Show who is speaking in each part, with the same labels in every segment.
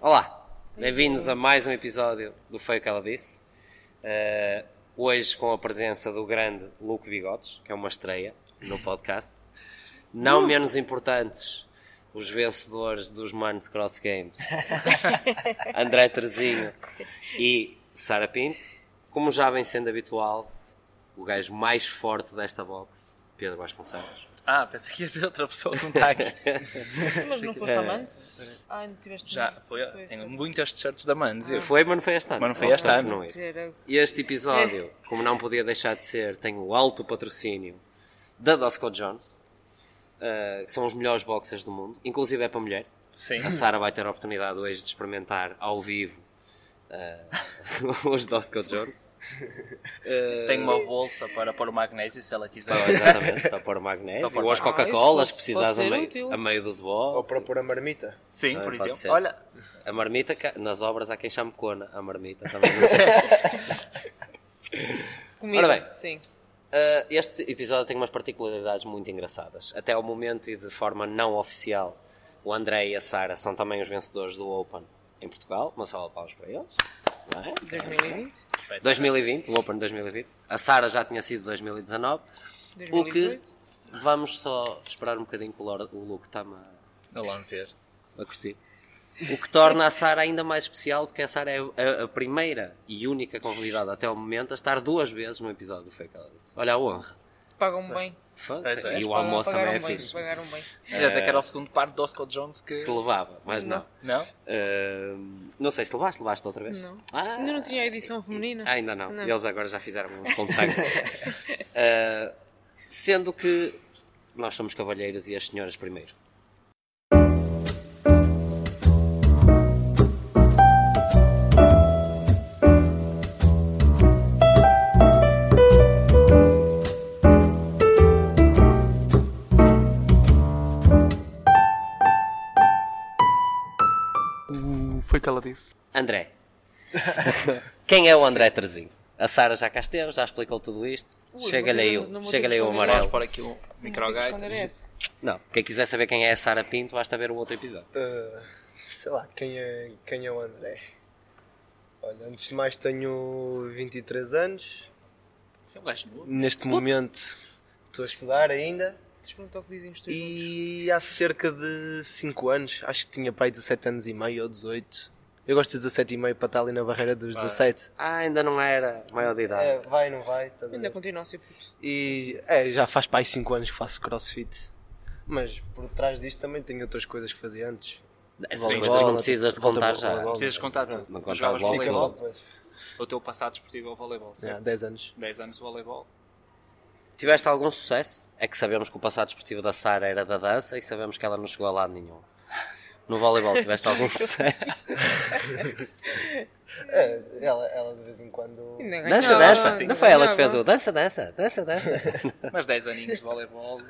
Speaker 1: Olá, bem-vindos a mais um episódio do Feio que Ela Disse. Eh, hoje com a presença do grande Luke Bigotes, que é uma estreia no podcast. Não menos importantes, os vencedores dos Manos Cross Games, André Terezinho e Sara Pinto. Como já vem sendo habitual, o gajo mais forte desta box, Pedro Vasconcelos.
Speaker 2: Ah, pensei que ia ser outra pessoa que não está aqui.
Speaker 3: Mas não foste
Speaker 1: É.
Speaker 3: a Mans? Ah, não tiveste
Speaker 2: Já,
Speaker 3: Mans?
Speaker 2: foi,
Speaker 3: Foi,
Speaker 2: tenho
Speaker 3: foi.
Speaker 2: muitas t-shirts da Mans. Eu.
Speaker 1: Foi, mas não foi este ano.
Speaker 2: Mas não foi
Speaker 1: Ou
Speaker 2: este
Speaker 1: portanto,
Speaker 2: ano.
Speaker 1: não é? ia.
Speaker 3: Era-
Speaker 1: Este episódio,
Speaker 3: É.
Speaker 1: como não podia deixar de ser, tem o alto patrocínio da Dosco Jones, eh, que são os melhores boxers do mundo, inclusive é para mulher.
Speaker 2: Sim.
Speaker 1: A Sara vai ter a oportunidade hoje de experimentar ao vivo eh, os Dosco Jones.
Speaker 2: Tenho uma bolsa para pôr o magnésio se ela quiser.
Speaker 1: Para, exatamente, para pôr magnésio,
Speaker 2: Para pôr
Speaker 1: ou as
Speaker 2: magnésio.
Speaker 1: Coca-Colas,
Speaker 3: Ah, isso pode-
Speaker 1: se precisares
Speaker 3: pode
Speaker 1: a
Speaker 3: ser
Speaker 1: meio,
Speaker 3: útil.
Speaker 1: a meio dos
Speaker 4: Ou
Speaker 1: boxes.
Speaker 4: para pôr a marmita.
Speaker 2: Sim,
Speaker 1: Ah, pode
Speaker 2: por exemplo.
Speaker 1: ser.
Speaker 2: Olha,
Speaker 1: A marmita, ca- nas obras há quem chame cona, a marmita também. Não sei se...
Speaker 3: Comida,
Speaker 1: Ora bem.
Speaker 3: sim.
Speaker 1: Uh, este episódio tem umas particularidades muito engraçadas. Até ao momento e de forma não oficial, o André e a Sara são também os vencedores do Open em Portugal. Uma salva de palmas para eles. Não é?
Speaker 3: 2020,
Speaker 1: 2020, o Open 2020. A Sara já tinha sido 2019. O que
Speaker 3: 2018.
Speaker 1: vamos só esperar um bocadinho que o Lord- o Luke está-me a-
Speaker 2: não vamos ver.
Speaker 1: a curtir. O que torna a Sara ainda mais especial, porque a Sara é a, a primeira e única convidada até ao momento a estar duas vezes no episódio. Foi aquela. Olha a honra.
Speaker 3: Pagam bem.
Speaker 2: Pois é.
Speaker 1: E o almoço também
Speaker 3: pagaram
Speaker 1: é
Speaker 3: bem,
Speaker 1: fixe.
Speaker 3: Pagaram bem.
Speaker 2: Aliás, é que era o segundo par do Oscar Jones que.
Speaker 1: que levava, mas não.
Speaker 2: Não?
Speaker 1: Ahm, não sei se levaste, levaste outra vez?
Speaker 3: Não.
Speaker 1: Ah,
Speaker 3: Ainda não tinha a edição feminina.
Speaker 1: Ainda não.
Speaker 3: Não.
Speaker 1: Eles agora já fizeram um contango. Ah, sendo que nós somos cavalheiros e as senhoras primeiro.
Speaker 4: foi que ela disse.
Speaker 1: André. Quem é o André Trezinho? A Sara já cá esteve, já explicou tudo isto.
Speaker 3: Ui,
Speaker 1: Chega-lhe aí,
Speaker 3: não vou ter- não
Speaker 1: o-
Speaker 3: vou ter
Speaker 1: chega-lhe aí o
Speaker 3: que responder
Speaker 1: amarelo.
Speaker 2: Vamos pôr aqui um o
Speaker 3: Não vou ter que
Speaker 2: microgaito.
Speaker 3: responder a essa.
Speaker 1: Não, quem quiser saber quem é a Sara Pinto, basta ver o outro episódio.
Speaker 4: sei lá, quem é, quem é o André? Olha, antes de mais tenho 23 anos.
Speaker 2: Isso é um gajo novo.
Speaker 4: Neste momento estou a estudar ainda.
Speaker 3: Deixa eu perguntar o que dizem os um teus nomes.
Speaker 4: E há cerca de 5 anos, acho que tinha para aí 17 anos e meio ou 18. Eu gosto de 17 e meio para estar ali na barreira dos 17.
Speaker 1: Ah, ainda não era maior de idade.
Speaker 4: É, vai ou não vai? estás a ver?
Speaker 3: Ainda continua a ser puto.
Speaker 4: E é, já faz para aí 5 anos que faço crossfit. Mas por trás disto também tenho outras coisas que fazia antes.
Speaker 1: Essas
Speaker 4: Bola,
Speaker 1: coisas não
Speaker 4: bola,
Speaker 1: precisas de
Speaker 4: bola,
Speaker 1: contar
Speaker 4: bola, bola,
Speaker 1: já.
Speaker 4: bola.
Speaker 2: Precisas contar tudo.
Speaker 1: Não contar
Speaker 2: Jogavas
Speaker 1: logo,
Speaker 4: Fica
Speaker 2: voleibol.
Speaker 4: logo, pois.
Speaker 2: O teu passado desportivo é o voleibol,
Speaker 4: É,
Speaker 2: certo?
Speaker 4: 10 anos.
Speaker 2: 10 anos de voleibol.
Speaker 1: Tiveste algum sucesso? É que sabemos que o passado desportivo da Sara era da dança e sabemos que ela não chegou a lado nenhum. No voleibol tiveste algum sucesso?
Speaker 4: É, ela, ela de vez em quando.
Speaker 3: Ainda
Speaker 1: Dança,
Speaker 3: ganhava,
Speaker 1: dança.
Speaker 3: ainda
Speaker 1: Não foi ela que fez
Speaker 3: ganhava.
Speaker 1: o dança, dança, dança, dança.
Speaker 2: Mas 10 aninhos de voleibol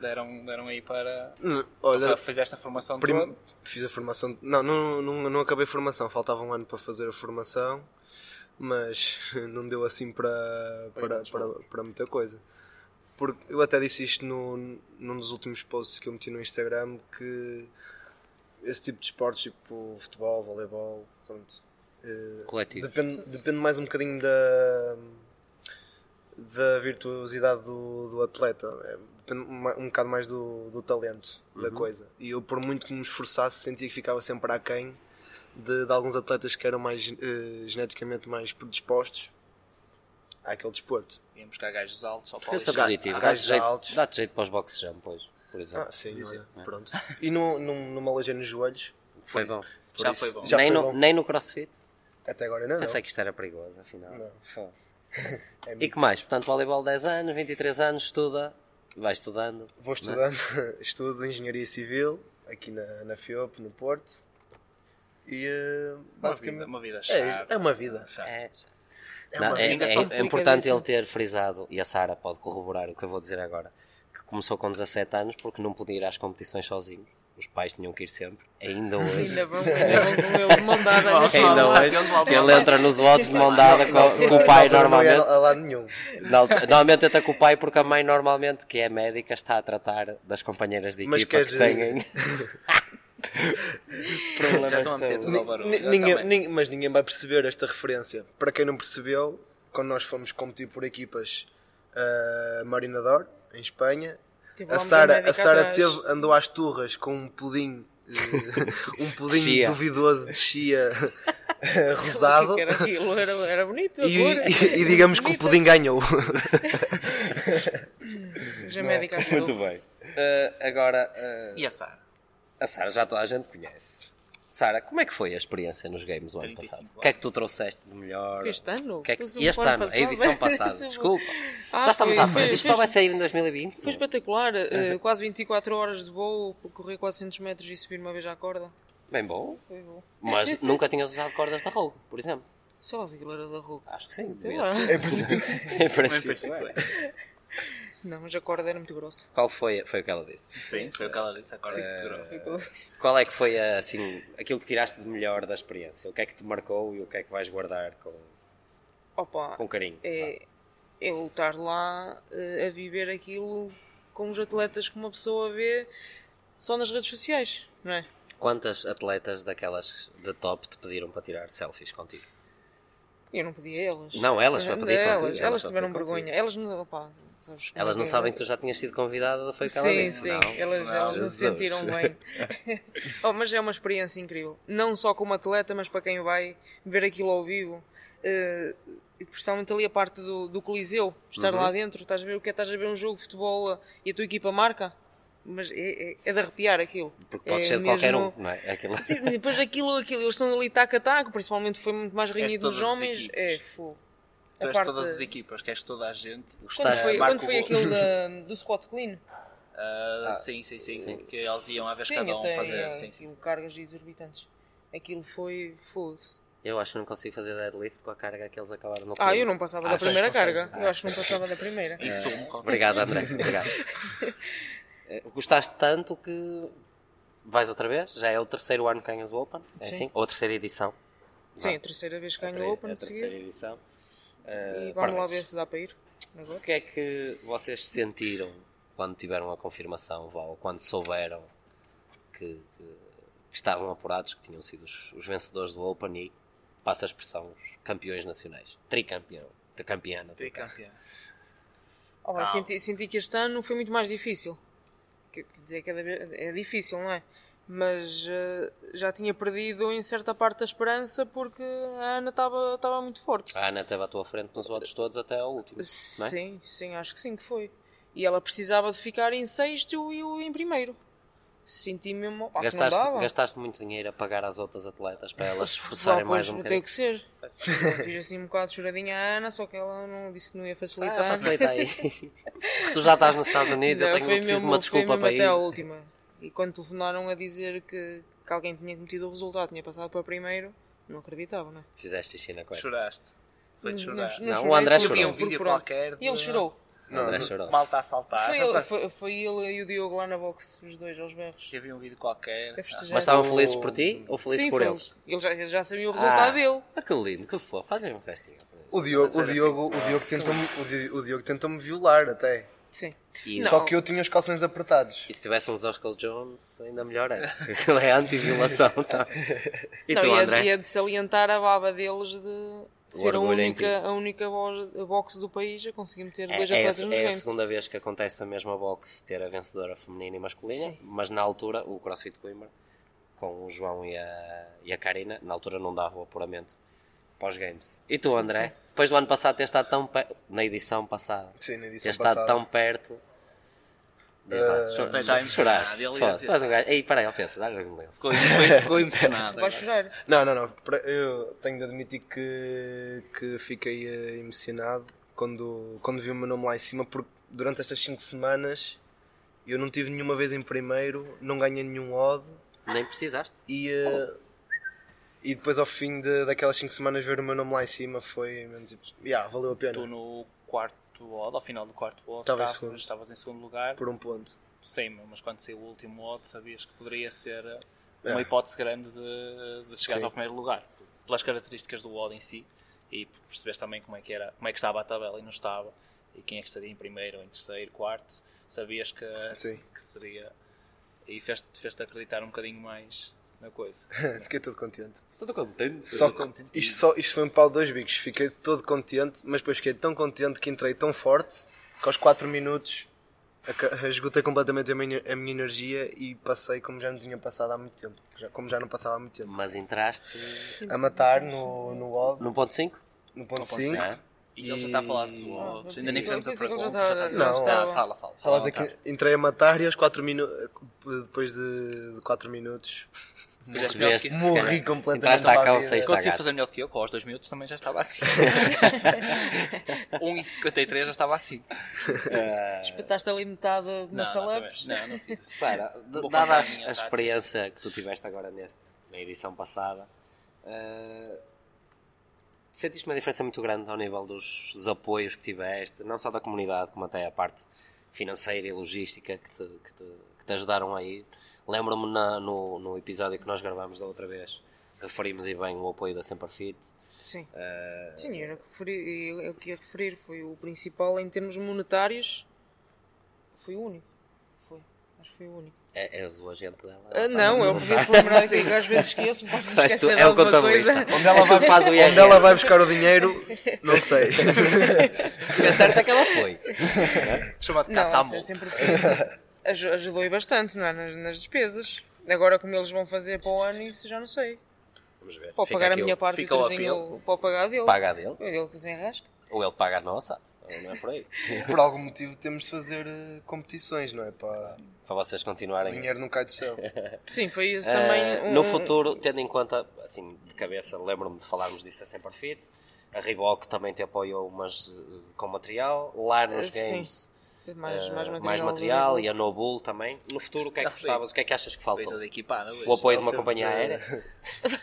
Speaker 2: deram, deram aí para.
Speaker 4: Hum, Olha,
Speaker 2: Fizeste a formação
Speaker 4: prim-
Speaker 2: toda.
Speaker 4: fiz a formação. Não, não, não, não acabei a formação, faltava um ano para fazer a formação, mas não deu assim para, para, para, para muita coisa. Porque eu até disse isto no, num dos últimos posts que eu meti no Instagram que esse tipo de esportes, tipo futebol, voleibol, pronto, eh,
Speaker 1: Coletivo.
Speaker 4: Depende, depende mais um bocadinho da, da virtuosidade do, do atleta. É, Depende ma- um bocado mais do, do talento da coisa. E eu, por muito que me esforçasse, sentia que ficava sempre aquém de, de alguns atletas que eram mais eh, geneticamente mais predispostos àquele desporto.
Speaker 2: Iam buscar gajos altos só para
Speaker 1: Pensa
Speaker 2: lixar.
Speaker 1: positivo.
Speaker 4: há
Speaker 1: Dá-te
Speaker 4: gajos
Speaker 1: jeito,
Speaker 4: altos.
Speaker 1: dá jeito para os boxes jam, pois, por exemplo.
Speaker 4: Ah, sim, olha, pronto. E não, não, não me alejei nos joelhos.
Speaker 1: foi bom.
Speaker 4: por
Speaker 2: Já
Speaker 4: Ah, isso-
Speaker 2: foi bom.
Speaker 4: Já
Speaker 1: nem,
Speaker 4: foi
Speaker 1: no,
Speaker 4: bom.
Speaker 1: nem no crossfit.
Speaker 4: Até agora não. não.
Speaker 1: Pensei que isto era perigoso, afinal.
Speaker 4: Não.
Speaker 1: Foda.
Speaker 4: É
Speaker 1: E
Speaker 4: muito-
Speaker 1: que mais? Portanto, voleibol 10 anos, 23 anos, estuda, vai estudando.
Speaker 4: Vou
Speaker 1: é?
Speaker 4: estudando, estudo Engenharia Civil aqui na, na FIOP, no Porto. E eh,
Speaker 2: Uma vida,
Speaker 4: basicamente.
Speaker 2: uma vida chata.
Speaker 4: É, é uma vida.
Speaker 2: Chata.
Speaker 1: É,
Speaker 4: É
Speaker 1: Não,
Speaker 4: uma
Speaker 1: é,
Speaker 2: vida
Speaker 1: é-
Speaker 2: só
Speaker 1: é importante
Speaker 3: complicadíssima.
Speaker 1: ele ter frisado, e a Sara pode corroborar o que eu vou dizer agora, que começou com 17 anos porque não podia ir às competições sozinho. Os pais tinham que ir sempre, ainda hoje.
Speaker 3: Ainda vão, ainda vão com ele de mão dada na
Speaker 1: ainda
Speaker 3: sala.
Speaker 1: hoje. é? Ele entra nos votos de mão dada
Speaker 4: Na
Speaker 1: com,
Speaker 4: altura-
Speaker 1: com o
Speaker 4: na
Speaker 1: pai
Speaker 4: altura Não
Speaker 1: normalmente.
Speaker 4: ia a lado nenhum.
Speaker 1: Na altura- Normalmente entra com o pai porque a mãe normalmente, que é médica, está a tratar das companheiras de
Speaker 4: Mas
Speaker 1: equipa
Speaker 4: queres-
Speaker 1: que têm.
Speaker 2: Já
Speaker 1: Problemas
Speaker 2: estão a
Speaker 1: de
Speaker 2: meter
Speaker 1: saúde.
Speaker 2: tudo ao barulho.
Speaker 4: Ni-
Speaker 2: já
Speaker 4: ninguém,
Speaker 2: também.
Speaker 4: nin- mas ninguém vai perceber esta referência. Para quem não percebeu, quando nós fomos competir por equipas a Marinador, em Espanha,
Speaker 3: Tipo,
Speaker 4: a
Speaker 3: lá me
Speaker 4: Sara,
Speaker 3: andei
Speaker 4: a
Speaker 3: cá
Speaker 4: Sara
Speaker 3: atrás. é
Speaker 4: teve, andou às turras com um pudim, eh, um pudim
Speaker 1: Chia.
Speaker 4: duvidoso de chia eh,
Speaker 3: Sei lá o que
Speaker 4: rosado.
Speaker 3: que Era aquilo, era, era bonito.
Speaker 4: E, e- e digamos que o pudim ganhou.
Speaker 3: Já é médica
Speaker 1: Muito
Speaker 3: aquilo.
Speaker 1: bem. Eh, agora, eh,
Speaker 2: E a Sara?
Speaker 1: a Sara já toda a gente conhece. Sara, como é que foi a experiência nos games o ano
Speaker 2: 35
Speaker 1: passado?
Speaker 2: anos.
Speaker 1: O que é que tu trouxeste de melhor?
Speaker 3: Que Este ano?
Speaker 1: O que é que-
Speaker 3: Fiz um
Speaker 1: Este
Speaker 3: ano
Speaker 1: ano, a
Speaker 3: passado.
Speaker 1: edição passada,
Speaker 3: Fiz um-
Speaker 1: desculpa.
Speaker 3: Ah,
Speaker 1: Já estamos
Speaker 3: foi-
Speaker 1: à frente,
Speaker 3: foi-
Speaker 1: isto só vai sair em 2020.
Speaker 3: Foi espetacular,
Speaker 1: É.
Speaker 3: eh, quase 24 horas de voo, correr 400 metros e subir uma vez à corda.
Speaker 1: Bem bom,
Speaker 3: Foi bom.
Speaker 1: mas nunca tinhas usado cordas da Rogue, por exemplo.
Speaker 3: Sei lá se aquilo era da Hulk.
Speaker 1: Acho que sim,
Speaker 3: Sei
Speaker 1: devia
Speaker 3: lá.
Speaker 1: de ser. Em
Speaker 2: Em
Speaker 1: princípio.
Speaker 2: princípio, é.
Speaker 3: Não, mas a corda era muito grossa.
Speaker 1: Qual foi, foi o que ela disse?
Speaker 2: Sim, foi o que ela disse, a corda é muito grossa.
Speaker 1: Qual é que foi assim, aquilo que tiraste de melhor da experiência? O que é que te marcou e o que é que vais guardar com,
Speaker 3: Opa,
Speaker 1: com carinho?
Speaker 3: é, é lutar lá eh, a viver aquilo com os atletas que uma pessoa vê só nas redes sociais, não é?
Speaker 1: Quantas atletas daquelas de top te pediram para tirar selfies contigo?
Speaker 3: Eu não podia elas.
Speaker 1: Não, elas só
Speaker 3: Eh,
Speaker 1: podiam
Speaker 3: elas,
Speaker 1: contigo,
Speaker 3: elas,
Speaker 1: elas só
Speaker 3: tiveram
Speaker 1: podiam
Speaker 3: vergonha. Elas não, opá, sabes como
Speaker 1: Elas
Speaker 3: é
Speaker 1: não
Speaker 3: é?
Speaker 1: sabem que tu já tinhas sido convidada, foi o que ela
Speaker 3: Sim,
Speaker 1: disse.
Speaker 3: sim,
Speaker 1: não?
Speaker 3: elas,
Speaker 2: Não,
Speaker 3: elas não
Speaker 1: Jesus.
Speaker 3: se sentiram bem. Oh, mas é uma experiência incrível. Não só como atleta, mas para quem vai ver aquilo ao vivo. Eh, e principalmente ali a parte do, do Coliseu, estar lá dentro, estás a ver o que é? Estás a ver um jogo de futebol eh, e a tua equipa marca, mas é, é, é de arrepiar aquilo.
Speaker 1: Porque pode
Speaker 3: É
Speaker 1: ser de qualquer
Speaker 3: mesmo-
Speaker 1: um, não é? Aquilo...
Speaker 3: Sim, depois aquilo, aquilo, eles estão ali tac a tac, principalmente foi muito mais reunido
Speaker 2: todas
Speaker 3: dos
Speaker 2: as
Speaker 3: homens.
Speaker 2: equipas.
Speaker 3: É, fogo.
Speaker 2: Tu
Speaker 3: A
Speaker 2: és
Speaker 3: parte-
Speaker 2: todas as equipas, queres toda a gente.
Speaker 3: Quando
Speaker 1: Gostaste?
Speaker 3: foi,
Speaker 2: Marca
Speaker 3: quando
Speaker 2: o
Speaker 3: foi
Speaker 2: gol.
Speaker 3: aquilo da- do squat clean?
Speaker 2: Ah, sim, sim, sim, Que eles iam à vez
Speaker 3: Sim,
Speaker 2: cada um
Speaker 3: até
Speaker 2: fazer.
Speaker 3: é,
Speaker 2: sim, sim.
Speaker 3: aquilo, cargas exorbitantes. Aquilo foi fogo.
Speaker 1: Eu acho que não consigo fazer deadlift com a carga que eles acabaram no
Speaker 3: Ah,
Speaker 1: clube.
Speaker 3: eu não passava
Speaker 1: Ah,
Speaker 3: da
Speaker 1: sim,
Speaker 3: primeira
Speaker 2: consegues.
Speaker 3: carga.
Speaker 2: Ah.
Speaker 3: Eu acho que não passava da primeira.
Speaker 2: Em sumo, consegue.
Speaker 1: É. Obrigado, André. Obrigado. Eh, Gostaste tanto que vais outra vez? Já é o terceiro ano que ganhas o Open? É
Speaker 3: Sim.
Speaker 1: assim? Ou a terceira edição?
Speaker 3: Sim,
Speaker 1: Vá.
Speaker 3: a terceira vez que
Speaker 1: A
Speaker 3: ganho
Speaker 1: tre-
Speaker 3: o Open
Speaker 1: a
Speaker 3: de seguida.
Speaker 1: terceira edição.
Speaker 3: E
Speaker 1: Eh,
Speaker 3: vamos lá
Speaker 1: parabéns.
Speaker 3: ver se dá para ir. Agora.
Speaker 1: O que é que vocês sentiram quando tiveram a confirmação, Val? Ou Quando souberam que, que- que estavam apurados, que tinham sido os, os vencedores do Open e, passa a expressão, os campeões nacionais? Tricampeão. Tricampeã. não é?
Speaker 2: Tricampeão.
Speaker 3: Olha,
Speaker 2: Não.
Speaker 3: senti, senti que este ano foi muito mais difícil. Quer quer dizer, cada vez é difícil, não é? Mas eh, já tinha perdido em certa parte a esperança porque a Ana estava estava muito forte.
Speaker 1: A Ana esteve à tua frente nos votos todos até ao último. não é?
Speaker 3: Sim, sim, acho que sim que foi. E ela precisava de ficar em sexto e eu em primeiro. Senti mesmo. Ah, que não
Speaker 1: Gastaste,
Speaker 3: dava.
Speaker 1: gastaste muito dinheiro a pagar às outras atletas para elas se
Speaker 3: Ah,
Speaker 1: esforçarem
Speaker 3: pois,
Speaker 1: mais um
Speaker 3: Tem
Speaker 1: bocadinho.
Speaker 3: que ser. Eu fiz assim um bocado choradinha à Ana, só que ela não disse que não ia facilitar.
Speaker 1: Ah, facilita aí. tu já estás nos Estados Unidos, eu
Speaker 3: Não,
Speaker 1: tenho
Speaker 3: foi
Speaker 1: preciso de
Speaker 3: mesmo-
Speaker 1: uma
Speaker 3: foi
Speaker 1: desculpa
Speaker 3: mesmo
Speaker 1: para
Speaker 3: até
Speaker 1: ir.
Speaker 3: a última. E quando telefonaram a dizer que, que alguém tinha cometido o resultado, tinha passado para primeiro, não acreditava, não é?
Speaker 1: Fizeste xixi na cueca.
Speaker 2: Choraste. Foi de chorar.
Speaker 1: Não, o André
Speaker 3: porque-
Speaker 1: chorou.
Speaker 2: Eu vi um vídeo
Speaker 3: porque pronto.
Speaker 2: qualquer de-
Speaker 3: E ele chorou.
Speaker 1: O André
Speaker 4: Não,
Speaker 1: chorou.
Speaker 2: Malta a saltar.
Speaker 3: Foi
Speaker 2: Não
Speaker 3: ele,
Speaker 2: parece-
Speaker 3: foi, foi ele e o Diogo lá na box, os dois aos berros.
Speaker 2: Eu vi um vídeo qualquer. Ah,
Speaker 3: a festejar.
Speaker 1: Mas estavam felizes por ti ou felizes
Speaker 3: Sim,
Speaker 1: por
Speaker 3: foi.
Speaker 1: eles?
Speaker 3: Ele já, ele já sabia o resultado
Speaker 1: Ah.
Speaker 3: dele.
Speaker 1: Ah, que lindo, que fofo. Fazem um festinha. para isso.
Speaker 4: O Diogo, o
Speaker 2: Fazer
Speaker 4: Diogo, o
Speaker 2: assim.
Speaker 4: Diogo tentou-me o Di- o Diogo tentou-me violar até.
Speaker 3: Sim.
Speaker 1: E,
Speaker 3: Não.
Speaker 4: Só que eu tinha os calções apertados.
Speaker 1: e se tivessem os Oscar Jones, ainda melhor era. Aquilo é anti-violação. Tá? E
Speaker 3: não,
Speaker 1: tu,
Speaker 3: e é,
Speaker 1: André?
Speaker 3: e é de salientar a baba deles de ser a
Speaker 1: orgulho em
Speaker 3: única, a única voz- a box do país a conseguir meter
Speaker 1: É,
Speaker 3: dois
Speaker 1: é
Speaker 3: atletas
Speaker 1: a,
Speaker 3: nos
Speaker 1: é a
Speaker 3: games.
Speaker 1: segunda vez que acontece a mesma boxe ter a vencedora feminina e masculina, mas na altura o CrossFit Coimbra, com o João e a, e a Karina, na altura não dava o apuramento pós-games. E tu, André? Depois do ano passado ter estado tão perto, na edição passada,
Speaker 4: Sim, na
Speaker 1: ter
Speaker 4: edição
Speaker 1: estado
Speaker 4: passada.
Speaker 1: tão perto. Diz lá,
Speaker 4: Eh,
Speaker 1: chor-
Speaker 2: Tem já
Speaker 1: choraste.
Speaker 2: emocionado, ele ia
Speaker 1: Foda-se,
Speaker 2: dizer-
Speaker 1: tu és um gajo. Ei, peraí, ofensa, dá-lhe um lenço.
Speaker 2: Ficou, ficou, ficou emocionado.
Speaker 3: Vais chorar.
Speaker 4: Não, não, não. Pra- Eu tenho de admitir que, que fiquei eh, emocionado quando, quando vi o meu nome lá em cima, porque durante estas 5 semanas eu não tive nenhuma vez em primeiro, não ganhei nenhum odd
Speaker 1: Nem precisaste.
Speaker 4: e, eh, e depois ao fim de- daquelas 5 semanas ver o meu nome lá em cima foi mesmo tipo, yeah, valeu a pena.
Speaker 2: Tu no quarto odd, ao final do quarto odd,
Speaker 4: Estava em
Speaker 2: estavas-
Speaker 4: segundo.
Speaker 2: estavas em segundo lugar.
Speaker 4: Por um ponto.
Speaker 2: Sim, mas quando saiu o último odd, sabias que poderia ser
Speaker 4: É.
Speaker 2: uma hipótese grande de, de chegares
Speaker 4: Sim.
Speaker 2: ao primeiro lugar. Pelas características do odd em si e por perceberes também como é que era, como é que estava a tabela e não estava. E quem é que estaria em primeiro, ou em terceiro, quarto. Sabias que,
Speaker 4: Sim.
Speaker 2: que seria e fez-te fez acreditar um bocadinho mais na coisa.
Speaker 4: É, Fiquei todo contente.
Speaker 1: Estou contente.
Speaker 4: Só com- isto, só, isto foi um pau de dois bicos. Fiquei todo contente, mas depois fiquei tão contente que entrei tão forte que aos 4 minutos aca- esgotei completamente a minha, a minha energia e passei como já não tinha passado há muito tempo. Já, como já não passava há muito tempo.
Speaker 1: Mas entraste
Speaker 4: A matar no, no WOD,
Speaker 1: no ponto 5?
Speaker 4: no ponto
Speaker 2: ponto
Speaker 4: 5.
Speaker 1: Ah,
Speaker 2: E ele já está a falar de outros. Ainda nem
Speaker 3: Eu
Speaker 2: fizemos a
Speaker 3: pensei que ele já
Speaker 2: pergunta. já tá
Speaker 3: estava-
Speaker 2: está a dizer-
Speaker 4: não,
Speaker 2: Está,
Speaker 3: estava.
Speaker 2: fala, fala.
Speaker 4: Estavas
Speaker 2: Fala,
Speaker 4: aqui,
Speaker 2: tá.
Speaker 4: entrei a matar e aos 4 minutos, depois de 4 minutos,
Speaker 2: Fizeste é melhor que-
Speaker 1: Percebeste. Se calhar.
Speaker 4: morri completamente.
Speaker 1: Entraste à
Speaker 4: para a
Speaker 1: calça
Speaker 4: vida.
Speaker 1: e está-
Speaker 2: Conseguiu
Speaker 1: gato.
Speaker 2: fazer melhor que eu, que aos 2 minutos também já estava assim. 1,53 já estava assim.
Speaker 3: Espetaste ali metade de
Speaker 2: Não, não, também-
Speaker 3: maçalapes.
Speaker 2: não, não fiz assim.
Speaker 1: Sara, d-
Speaker 2: Vou contar
Speaker 1: dada a,
Speaker 2: a minha
Speaker 1: a
Speaker 2: tática.
Speaker 1: experiência que tu tiveste agora neste, na edição passada, eh, sentiste uma diferença muito grande ao nível dos, dos apoios que tiveste, não só da comunidade, como até a parte financeira e logística que te, que te, que te ajudaram a ir. Lembro-me na- no, no episódio que nós gravámos da outra vez, referimos e bem o apoio da Sempre Fit.
Speaker 3: Sim.
Speaker 2: Eh,
Speaker 3: Sim, era o que referi- eu, eu que ia referir. Foi o principal em termos monetários. Foi o único. Foi. Acho que foi o único.
Speaker 1: É, és o agente dela?
Speaker 2: Eh,
Speaker 3: Ah, não, eu podia se lembrar que eu às vezes esqueço, posso me
Speaker 1: És tá. tu-
Speaker 3: esquecer de
Speaker 1: é o
Speaker 3: alguma coisa.
Speaker 1: contabilista. Onde ela vai, faz o IRS.
Speaker 4: Onde ela vai buscar o dinheiro, não sei.
Speaker 1: É certo é que ela foi.
Speaker 2: Chamado
Speaker 3: Não, é
Speaker 2: caça à
Speaker 3: isso eu
Speaker 2: multa.
Speaker 3: sempre fiz. Aju- Ajudou-lhe bastante, não é? Nas, nas despesas. Agora, como eles vão fazer para o ano, isso já não sei.
Speaker 1: Vamos ver.
Speaker 3: Pode
Speaker 1: Fica
Speaker 3: pagar a
Speaker 1: aqui o-
Speaker 3: minha parte e
Speaker 2: fica o
Speaker 3: trazinho pode pagar a dele.
Speaker 1: Paga a dele,
Speaker 3: Ele que se enrasca.
Speaker 1: ou ele paga a nossa, não é por aí.
Speaker 4: Por algum motivo temos de fazer eh, competições, não é? Para
Speaker 1: para vocês
Speaker 4: o
Speaker 1: continuarem.
Speaker 4: dinheiro não cai do céu.
Speaker 3: Sim, foi isso
Speaker 1: Ah,
Speaker 3: também. um-
Speaker 1: no futuro, tendo em conta, assim, de cabeça, lembro-me de falarmos disso a Sempre Fit, a Reebok também te apoiou, mas eh, com material, lá nos
Speaker 3: Ah, sim.
Speaker 1: games,
Speaker 3: Mais,
Speaker 1: eh,
Speaker 3: mais material. é
Speaker 1: material, e a Nobull também. No futuro, o que é que
Speaker 2: Ah,
Speaker 1: gostavas? O que é que achas que
Speaker 2: Veio
Speaker 1: faltou?
Speaker 2: toda equipada hoje.
Speaker 1: O apoio de
Speaker 4: Ao
Speaker 1: uma
Speaker 4: tempo
Speaker 1: companhia
Speaker 4: de-
Speaker 1: aérea?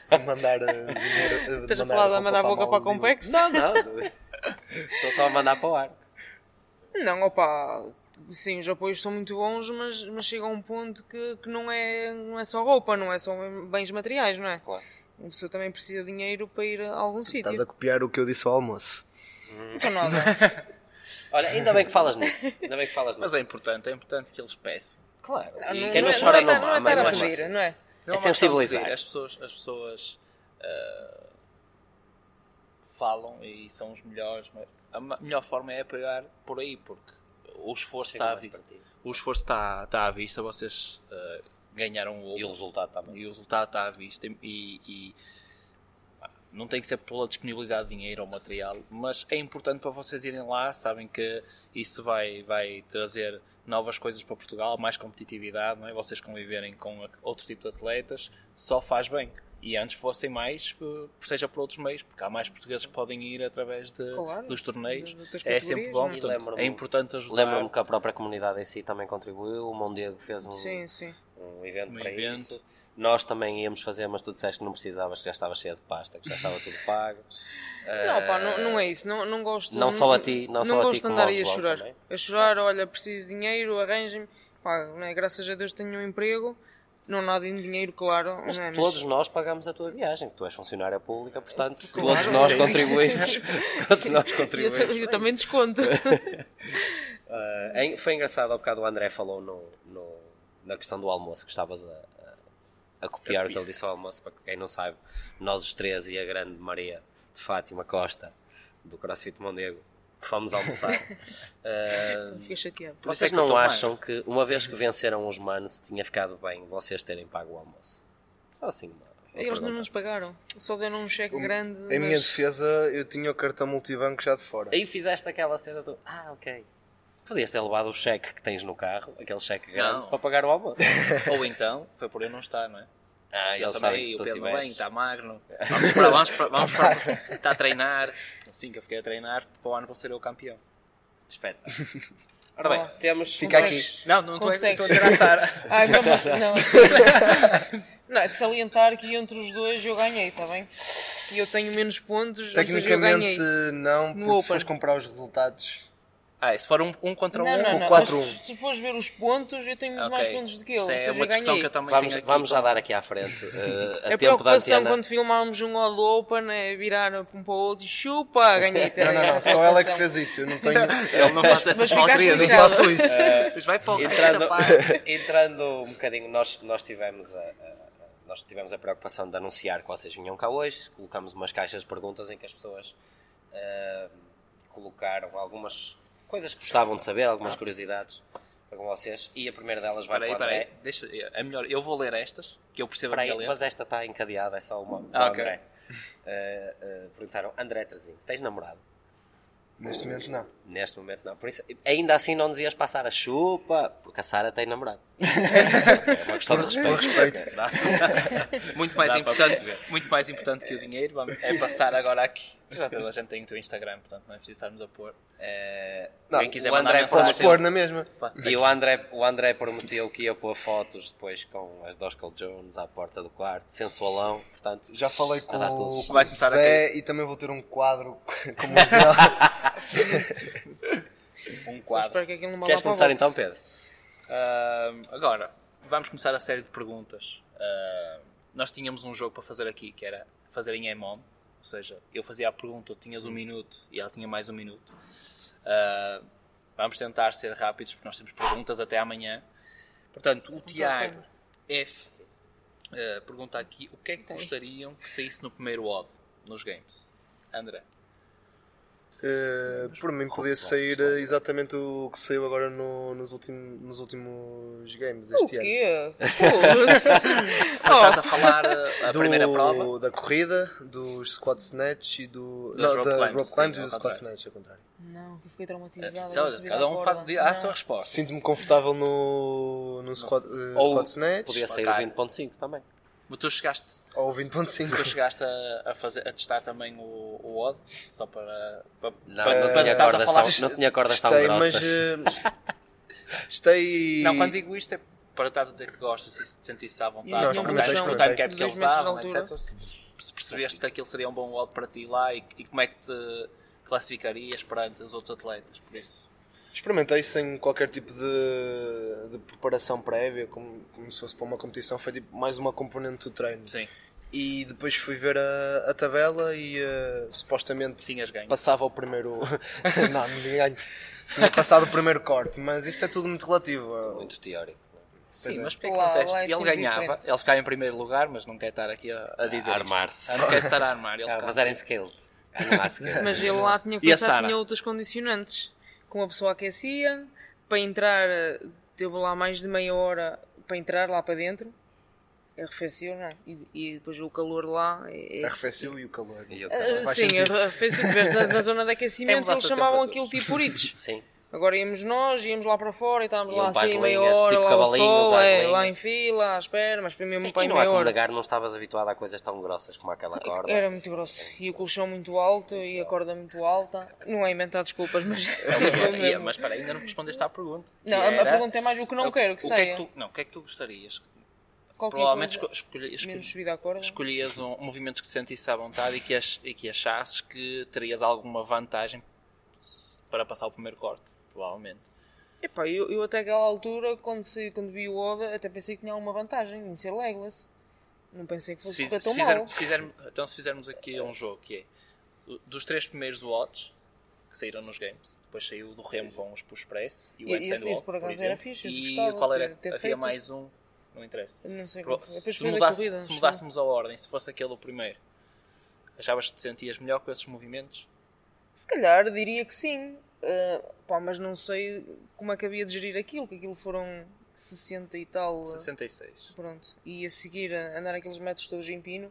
Speaker 4: de Mandar eh, dinheiro. eh,
Speaker 3: Estás a
Speaker 4: mandar
Speaker 3: falar
Speaker 4: roupa
Speaker 3: de mandar a boca para um a
Speaker 4: Maldiva.
Speaker 3: Compex?
Speaker 1: Não, não. Estou só a mandar para o ar.
Speaker 3: Não, opa, sim, os apoios são muito bons, mas, mas chega a um ponto que, que não, é, não é só roupa, não é só bens materiais, não é?
Speaker 1: Claro.
Speaker 3: Uma pessoa também precisa de dinheiro para ir a algum sítio.
Speaker 4: Estás a copiar o que eu disse ao almoço.
Speaker 3: Então nada.
Speaker 1: Olha, ainda bem que falas nisso. Ainda bem que falas nisso.
Speaker 2: Mas é importante, é importante que eles peçam.
Speaker 1: claro.
Speaker 3: Ah,
Speaker 1: E quem não,
Speaker 3: é-
Speaker 1: chora
Speaker 3: é
Speaker 1: não,
Speaker 3: estar- é
Speaker 1: mama.
Speaker 3: estar
Speaker 1: não
Speaker 3: a
Speaker 1: é
Speaker 3: pedir,
Speaker 1: fácil.
Speaker 3: não é?
Speaker 1: É
Speaker 2: uma questão de
Speaker 1: sensibilizar.
Speaker 2: dizer, As pessoas, as pessoas ah, falam e são os melhores. Mas a ma- melhor forma é apoiar por aí, porque o esforço
Speaker 1: Chega
Speaker 2: está a
Speaker 1: mais
Speaker 2: vir.
Speaker 1: para ti.
Speaker 2: o esforço está está à vista, vocês ah, ganharam o
Speaker 1: E o
Speaker 2: ouro
Speaker 1: resultado também.
Speaker 2: e o resultado está à vista e, e- pá, não tem que ser pela disponibilidade de dinheiro ou material, mas é importante para vocês irem lá, sabem que isso vai, vai trazer novas coisas para Portugal, mais competitividade, não é? vocês conviverem com a- outro tipo de atletas, só faz bem. E antes fossem mais, eh, seja por outros meios, porque há mais portugueses que podem ir através de-
Speaker 3: Claro.
Speaker 2: dos torneios.
Speaker 3: De outras
Speaker 2: É sempre
Speaker 3: categorias,
Speaker 2: bom,
Speaker 3: não é?
Speaker 1: E
Speaker 2: portanto,
Speaker 1: lembro-me-
Speaker 2: é importante ajudar.
Speaker 1: Lembro-me que a própria comunidade em si também contribuiu. O Mondego fez um,
Speaker 3: é? Sim, sim.
Speaker 1: um evento
Speaker 2: Um
Speaker 1: para
Speaker 2: evento.
Speaker 1: isso. Nós também íamos fazer, mas tu disseste que não precisavas, que já estava cheia de pasta, que já estava tudo pago.
Speaker 3: Não, pá, não, não é isso. Não, não gosto
Speaker 1: Eh, Não só a ti, não só a
Speaker 3: gosto
Speaker 1: ti,
Speaker 3: de
Speaker 1: como
Speaker 3: andar
Speaker 1: ao
Speaker 3: aí a
Speaker 1: João
Speaker 3: chorar.
Speaker 1: também.
Speaker 3: A chorar, olha, preciso de dinheiro, arranjem-me. Pá, não é? Graças a Deus tenho um emprego, não nada em dinheiro, claro.
Speaker 1: Mas
Speaker 3: não é?
Speaker 1: todos nós pagamos a tua viagem, que tu és funcionária pública, portanto,
Speaker 3: Claro,
Speaker 1: todos nós
Speaker 3: sim.
Speaker 1: contribuímos. todos nós
Speaker 3: eu,
Speaker 1: contribuímos.
Speaker 3: ta- eu também desconto.
Speaker 1: Uh, em- foi engraçado, há bocado o André falou no- no- na questão do almoço, que estavas a, a- a copiar o que ele disse ao almoço, para quem não sabe, nós os três e a grande Maria de Fátima Costa, do CrossFit Mondego, fomos almoçar. Uh,
Speaker 3: Fiquei chateado.
Speaker 2: Por isso é
Speaker 1: vocês
Speaker 2: que eu
Speaker 1: não
Speaker 2: tô bem.
Speaker 1: acham que, uma vez que venceram os manos, tinha ficado bem vocês terem pago o almoço? Só assim, uma, uma
Speaker 3: Eles não
Speaker 1: pergunta.
Speaker 3: nos pagaram, só deram um cheque grande.
Speaker 4: Em minha
Speaker 3: mas...
Speaker 4: defesa, eu tinha o cartão multibanco já de fora.
Speaker 1: Aí fizeste aquela cena do, ah, ok. Podias ter levado o cheque que tens no carro, aquele cheque grande,
Speaker 2: Não.
Speaker 1: para pagar o almoço.
Speaker 2: Ou então, foi por eu não estar, não é?
Speaker 1: Ah,
Speaker 2: Ele
Speaker 1: eles
Speaker 2: sabe
Speaker 1: sabem
Speaker 2: aí,
Speaker 1: que se
Speaker 2: o
Speaker 1: tu
Speaker 2: Pedro bem,
Speaker 1: tivesses... Tá
Speaker 2: está magro. Vamos para, vamos para, vamos para. Está a treinar. Assim que eu fiquei a treinar, para o ano vou ser eu o campeão.
Speaker 1: Espetáculo. Ora bem,
Speaker 3: Olá.
Speaker 1: temos. um
Speaker 4: Fica
Speaker 3: Consegues?
Speaker 4: aqui.
Speaker 2: Não, não estou a-
Speaker 3: Consegue.
Speaker 2: estou a dizer à Sara.
Speaker 3: Ah, então, mas- não. não, é de salientar que entre os dois eu ganhei, está bem? E eu tenho menos pontos, ou seja, eu
Speaker 4: Tecnicamente,
Speaker 3: ganhei.
Speaker 4: não,
Speaker 3: No
Speaker 4: porque se
Speaker 3: Open.
Speaker 4: fores comprar os resultados,
Speaker 2: Ah, e se for um, um contra um,
Speaker 3: Não, não, não.
Speaker 4: O 4-1.
Speaker 3: mas Se fores ver os pontos, eu tenho muito
Speaker 2: Ok.
Speaker 3: mais pontos do que ele.
Speaker 2: Isto
Speaker 3: ou
Speaker 2: é
Speaker 3: seja,
Speaker 2: uma discussão
Speaker 3: ganhei.
Speaker 2: que eu também
Speaker 1: Vamos,
Speaker 2: tenho aqui.
Speaker 1: vamos já dar aqui à frente eh, a
Speaker 3: A
Speaker 1: tempo da
Speaker 3: preocupação
Speaker 1: antena.
Speaker 3: quando filmámos um ao do Open é virar um para o outro e chupa, ganhei.
Speaker 4: Não, não, não, só ela é que fez isso. Eu não tenho.
Speaker 2: Ele não faz
Speaker 3: Mas
Speaker 2: essas
Speaker 3: ficaste
Speaker 4: Eu
Speaker 2: porcarias.
Speaker 4: não
Speaker 3: lixado.
Speaker 4: faço isso.
Speaker 3: É.
Speaker 2: Mas vai para o
Speaker 1: entrando,
Speaker 2: reto, pá.
Speaker 1: entrando um bocadinho, nós, nós, tivemos a, a- nós tivemos a preocupação de anunciar que vocês vinham cá hoje, colocamos umas caixas de perguntas em que as pessoas ah, colocaram algumas coisas que gostavam de saber, algumas curiosidades para com vocês, e a primeira delas vai
Speaker 2: Ah. Espera aí,
Speaker 1: para o
Speaker 2: espera aí.
Speaker 1: André.
Speaker 2: Deixa, é melhor, eu vou ler estas, que é. eu percebo
Speaker 1: Espera
Speaker 2: a
Speaker 1: aí,
Speaker 2: minha ler.
Speaker 1: mas esta está encadeada, é só uma para
Speaker 2: Ah,
Speaker 1: o
Speaker 2: ok.
Speaker 1: André. Ah, ah, perguntaram, André Trezinho, tens namorado?
Speaker 4: Neste momento, não.
Speaker 1: Neste momento não. Por isso, ainda assim não dizias para a Sara chupa, porque a Sara tem namorado. é uma questão de respeito.
Speaker 4: Respeito.
Speaker 2: Dá. muito, mais importante, muito mais importante que o dinheiro vamos, é passar agora aqui. Já toda a gente tem o teu Instagram, portanto não é preciso estarmos a pôr.
Speaker 1: Eh,
Speaker 4: Não,
Speaker 2: Quem quiser
Speaker 1: o
Speaker 2: mandar
Speaker 1: André
Speaker 2: mensagem,
Speaker 4: Podes pôr na mesma.
Speaker 2: pá.
Speaker 1: E o André, o André prometeu que ia pôr fotos depois com as Doscal Jones à porta do quarto, sensualão, portanto...
Speaker 4: Já falei com
Speaker 1: dá
Speaker 4: o
Speaker 1: tudo.
Speaker 2: Vai começar a
Speaker 4: Zé e também vou ter um quadro como os dela.
Speaker 2: um
Speaker 3: Só
Speaker 2: quadro.
Speaker 3: espero que aquilo não vá
Speaker 1: Queres
Speaker 3: lá para o
Speaker 1: começar
Speaker 3: boxe.
Speaker 1: então, Pedro?
Speaker 2: Ahm, agora, vamos começar a série de perguntas. Ahm, nós tínhamos um jogo para fazer aqui, que era fazer em Aimon. Ou seja, eu fazia a pergunta, tu tinhas um minuto e ela tinha mais um minuto. Ahm, vamos tentar ser rápidos, porque nós temos perguntas até amanhã. Portanto, o Tiago F ah, pergunta aqui, o que é que
Speaker 3: Tem.
Speaker 2: gostariam que saísse no primeiro odd nos games? André.
Speaker 4: Eh, por mim podia sair eh, exatamente o que saiu agora no- nos, últimos, nos últimos games
Speaker 3: O
Speaker 4: deste ano.
Speaker 3: quê? Foda-se.
Speaker 2: Estás
Speaker 3: oh,
Speaker 2: a falar ah, a
Speaker 4: Do-
Speaker 2: primeira prova?
Speaker 4: Da corrida, dos squat snatch e do.
Speaker 2: Das
Speaker 4: Não,
Speaker 2: rope
Speaker 4: das
Speaker 2: climbs,
Speaker 4: rope
Speaker 2: sim,
Speaker 4: climbs e
Speaker 2: ao
Speaker 4: dos squat
Speaker 2: contrário.
Speaker 4: snatch, ao contrário.
Speaker 3: não, eu fiquei traumatizada.
Speaker 2: Atenção,
Speaker 3: vou subir à
Speaker 2: cada um faz
Speaker 3: borda.
Speaker 2: a sua
Speaker 3: Não.
Speaker 2: resposta.
Speaker 4: Sinto-me confortável no, no squat, eh,
Speaker 1: Ou
Speaker 4: squat snatch
Speaker 1: Podia sair
Speaker 2: ok.
Speaker 1: o 20.5 também.
Speaker 2: Mas tu chegaste
Speaker 4: ou
Speaker 2: Tu
Speaker 4: 20.5.
Speaker 2: chegaste a, a fazer, a testar também o, o odd, só para. para
Speaker 1: Não,
Speaker 2: para-
Speaker 1: não,
Speaker 2: para-
Speaker 1: tinha
Speaker 2: estás a
Speaker 1: cordas
Speaker 2: falar-
Speaker 1: tão, não tinha cordas tão
Speaker 4: Testei, mas.
Speaker 1: grossas.
Speaker 4: eh, Testei.
Speaker 2: Não, quando digo isto é para estás a dizer que gostas e se te sentisse à vontade,
Speaker 4: Não,
Speaker 2: com o
Speaker 4: experimentei,
Speaker 2: time- com o
Speaker 4: experimentei.
Speaker 2: time cap que
Speaker 3: Dois
Speaker 2: eles
Speaker 3: metros de
Speaker 2: davam,
Speaker 3: altura.
Speaker 2: etc. Se, se percebeste que aquilo seria um bom odd para ti lá e, e como é que te classificarias perante os outros atletas, por isso.
Speaker 4: Experimentei sem qualquer tipo de, de preparação prévia, como, como se fosse para uma competição, foi tipo mais uma componente do treino.
Speaker 2: Sim,
Speaker 4: E depois fui ver a, a tabela e eh, supostamente
Speaker 2: tinhas ganho.
Speaker 4: passava o primeiro. não, ninguém ganha. Tinha passado o primeiro corte, mas isso é tudo muito relativo.
Speaker 1: Muito teórico.
Speaker 2: Sim,
Speaker 4: é.
Speaker 2: mas porquê que
Speaker 3: Lá-
Speaker 2: não
Speaker 3: lá é
Speaker 2: disseste? Ele
Speaker 3: sempre
Speaker 2: ganhava,
Speaker 3: diferente.
Speaker 2: ele ficava em primeiro lugar, mas não quer estar aqui a, a
Speaker 1: A
Speaker 2: dizer. isto.
Speaker 1: armar-se.
Speaker 2: Ah, Não quer estar a armar. Ele
Speaker 1: Ah,
Speaker 2: ficava-
Speaker 1: Mas era em scale. Não há scale.
Speaker 3: Mas ele lá tinha que
Speaker 2: E a
Speaker 3: pensar
Speaker 2: Sara?
Speaker 3: que tinha outras condicionantes. Como a pessoa aquecia, para entrar, eh, teve lá mais de meia hora para entrar lá para dentro. Arrefeceu, não é? E, e depois o calor lá. É, é-
Speaker 4: Arrefeceu e o calor.
Speaker 1: E eu-
Speaker 3: Ah,
Speaker 4: faz
Speaker 3: sim,
Speaker 4: sentido.
Speaker 3: arrefeceu. Tiveste na, na zona de
Speaker 2: É
Speaker 3: aquecimento,
Speaker 2: mudança
Speaker 3: eles
Speaker 2: de
Speaker 3: chamavam
Speaker 2: temperatura.
Speaker 3: aquilo tipo uritos.
Speaker 1: Sim.
Speaker 3: Agora íamos nós, íamos lá para fora e estávamos
Speaker 1: Iam
Speaker 3: lá
Speaker 1: para as
Speaker 3: assim meia
Speaker 1: linhas,
Speaker 3: hora,
Speaker 1: tipo
Speaker 3: lá ao
Speaker 1: cavalinhos,
Speaker 3: sol,
Speaker 1: às
Speaker 3: é,
Speaker 1: linhas.
Speaker 3: lá em fila, à espera, mas foi mesmo
Speaker 1: Sim, e
Speaker 3: para aí
Speaker 1: não é há
Speaker 3: meia
Speaker 1: como
Speaker 3: hora.
Speaker 1: negar, não estavas habituado a coisas tão grossas como aquela corda.
Speaker 3: Era muito grosso. E o colchão muito alto e a corda muito alta. Não é inventar desculpas, mas. foi
Speaker 2: É E-
Speaker 3: mesmo.
Speaker 2: mas espera, ainda não respondeste à pergunta. que
Speaker 3: Não, a- a
Speaker 2: era-
Speaker 3: pergunta é mais o que não
Speaker 2: o-
Speaker 3: quero que
Speaker 2: o
Speaker 3: saia.
Speaker 2: Que é que tu, não, o que é que tu gostarias?
Speaker 3: Qualquer
Speaker 2: Provavelmente
Speaker 3: coisa,
Speaker 2: esco- escolhe- escolhe-
Speaker 3: menos subida à corda.
Speaker 2: escolhias um, movimentos que te sentisse à vontade e que, ach- e que achasses que terias alguma vantagem para passar o primeiro corte, provavelmente.
Speaker 3: Epá, eu, eu até aquela altura, quando, saí- quando vi o Oda, até pensei que tinha alguma vantagem em ser legless. Não pensei que
Speaker 2: Se
Speaker 3: fosse
Speaker 2: fiz-
Speaker 3: correr
Speaker 2: se
Speaker 3: tão
Speaker 2: fizer-
Speaker 3: mal.
Speaker 2: se fizer- então, se fizermos aqui um jogo que é o- dos três primeiros odds que saíram nos games, depois saiu o do Remo com os push press e o
Speaker 3: E-
Speaker 2: Inside
Speaker 3: esse- esse
Speaker 2: Wall,
Speaker 3: por acaso
Speaker 2: exemplo,
Speaker 3: era fixe, esse
Speaker 2: e
Speaker 3: gostava
Speaker 2: qual
Speaker 3: de
Speaker 2: era?
Speaker 3: ter
Speaker 2: Havia
Speaker 3: feito. É,
Speaker 2: mais um, não interessa.
Speaker 3: Não sei
Speaker 2: Pro-
Speaker 3: como foi. Depois
Speaker 2: Se,
Speaker 3: foi da
Speaker 2: mudasse-
Speaker 3: corrida.
Speaker 2: se
Speaker 3: acho
Speaker 2: mudássemos a ordem, se fosse aquele o primeiro, achavas que te sentias melhor com esses movimentos?
Speaker 3: eu. Se calhar diria que sim. Ah, pá, mas não sei como é que havia de gerir aquilo, que aquilo foram 60 e tal. ah,
Speaker 2: 66.
Speaker 3: Pronto. E a seguir a andar aqueles metros todos em pino.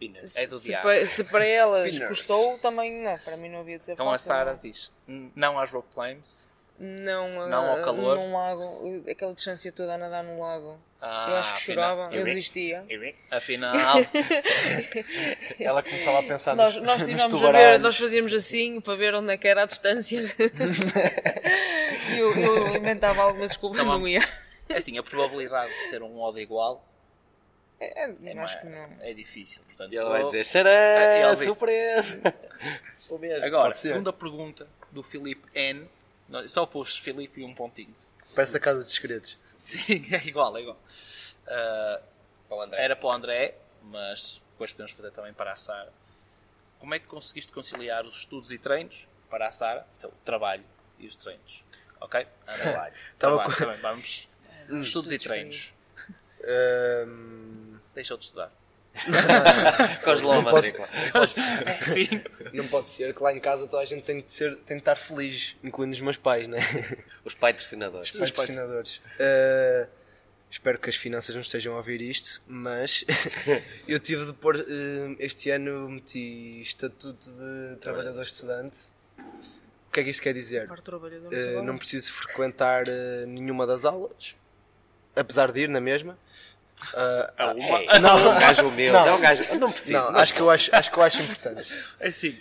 Speaker 2: Pinas. É do
Speaker 3: Se,
Speaker 2: diabo.
Speaker 3: pa- se para elas
Speaker 4: Pinners.
Speaker 3: custou, também não. Para mim não havia de ser
Speaker 2: Então a
Speaker 3: fácil.
Speaker 2: Sara
Speaker 3: não. é?
Speaker 2: diz: "N- não às rope climbs.
Speaker 3: Não,
Speaker 2: Não
Speaker 3: ah,
Speaker 2: ao calor.
Speaker 3: Num lago, aquela distância toda a nadar num lago.
Speaker 2: Ah,
Speaker 3: eu acho que
Speaker 2: afina-
Speaker 3: chorava, eu
Speaker 2: Iri-
Speaker 3: desistia.
Speaker 2: Afinal,
Speaker 4: Ela começava a pensar
Speaker 3: Nós,
Speaker 4: nos,
Speaker 3: nós
Speaker 4: nos
Speaker 3: tivemos a ver,
Speaker 4: tubarões.
Speaker 3: nós fazíamos assim para ver onde é que era a distância. e eu, eu inventava alguma desculpa,
Speaker 2: Tá bom.
Speaker 3: não ia.
Speaker 2: é assim, a probabilidade de ser um odd igual
Speaker 3: É, é,
Speaker 2: É,
Speaker 3: acho
Speaker 2: ma-
Speaker 3: que não.
Speaker 2: é difícil, portanto.
Speaker 1: E ele vai
Speaker 2: eu-
Speaker 1: dizer,
Speaker 2: Ah,
Speaker 1: xará,
Speaker 2: ele disse.
Speaker 1: surpresa.
Speaker 2: Agora,
Speaker 4: Pode ser.
Speaker 2: segunda pergunta do Filipe N. Não, Só pus Filipe e um pontinho.
Speaker 4: Parece a casa dos segredos.
Speaker 2: Sim, é igual, é igual. Ah,
Speaker 1: Para o André.
Speaker 2: era para o André, mas depois podemos fazer também para a Sara. Como é que conseguiste conciliar os estudos e treinos para a Sara? Isso é o trabalho e os treinos. Ok? Trabalho. trabalho
Speaker 4: com-
Speaker 2: também, vamos. Estudos, e
Speaker 3: estudos,
Speaker 2: treinos.
Speaker 4: Ahm,
Speaker 2: Deixou de estudar.
Speaker 1: Congelou a
Speaker 4: Não pode-
Speaker 1: matrícula.
Speaker 2: É, Sim.
Speaker 4: não pode ser que lá em casa toda a gente tem de, ser, tem de estar feliz, incluindo os meus pais, né?
Speaker 1: Os patrocinadores.
Speaker 4: Os patrocinadores. Ah, espero que as finanças não estejam a ouvir isto, mas eu tive de pôr. eh, este ano meti Estatuto de Trabalhador Estudante. O que é que isto quer dizer?
Speaker 3: Para o trabalhador, não sei
Speaker 4: Eh,
Speaker 3: lá.
Speaker 4: não preciso frequentar eh, nenhuma das aulas, apesar de ir na mesma. Ah,
Speaker 2: É uma.
Speaker 1: Ei, não, é um gajo humilde,
Speaker 4: Não.
Speaker 1: é um gajo. eu Não preciso.
Speaker 4: não,
Speaker 1: mas
Speaker 4: acho que, eu acho, acho que eu acho importante.
Speaker 2: É sim.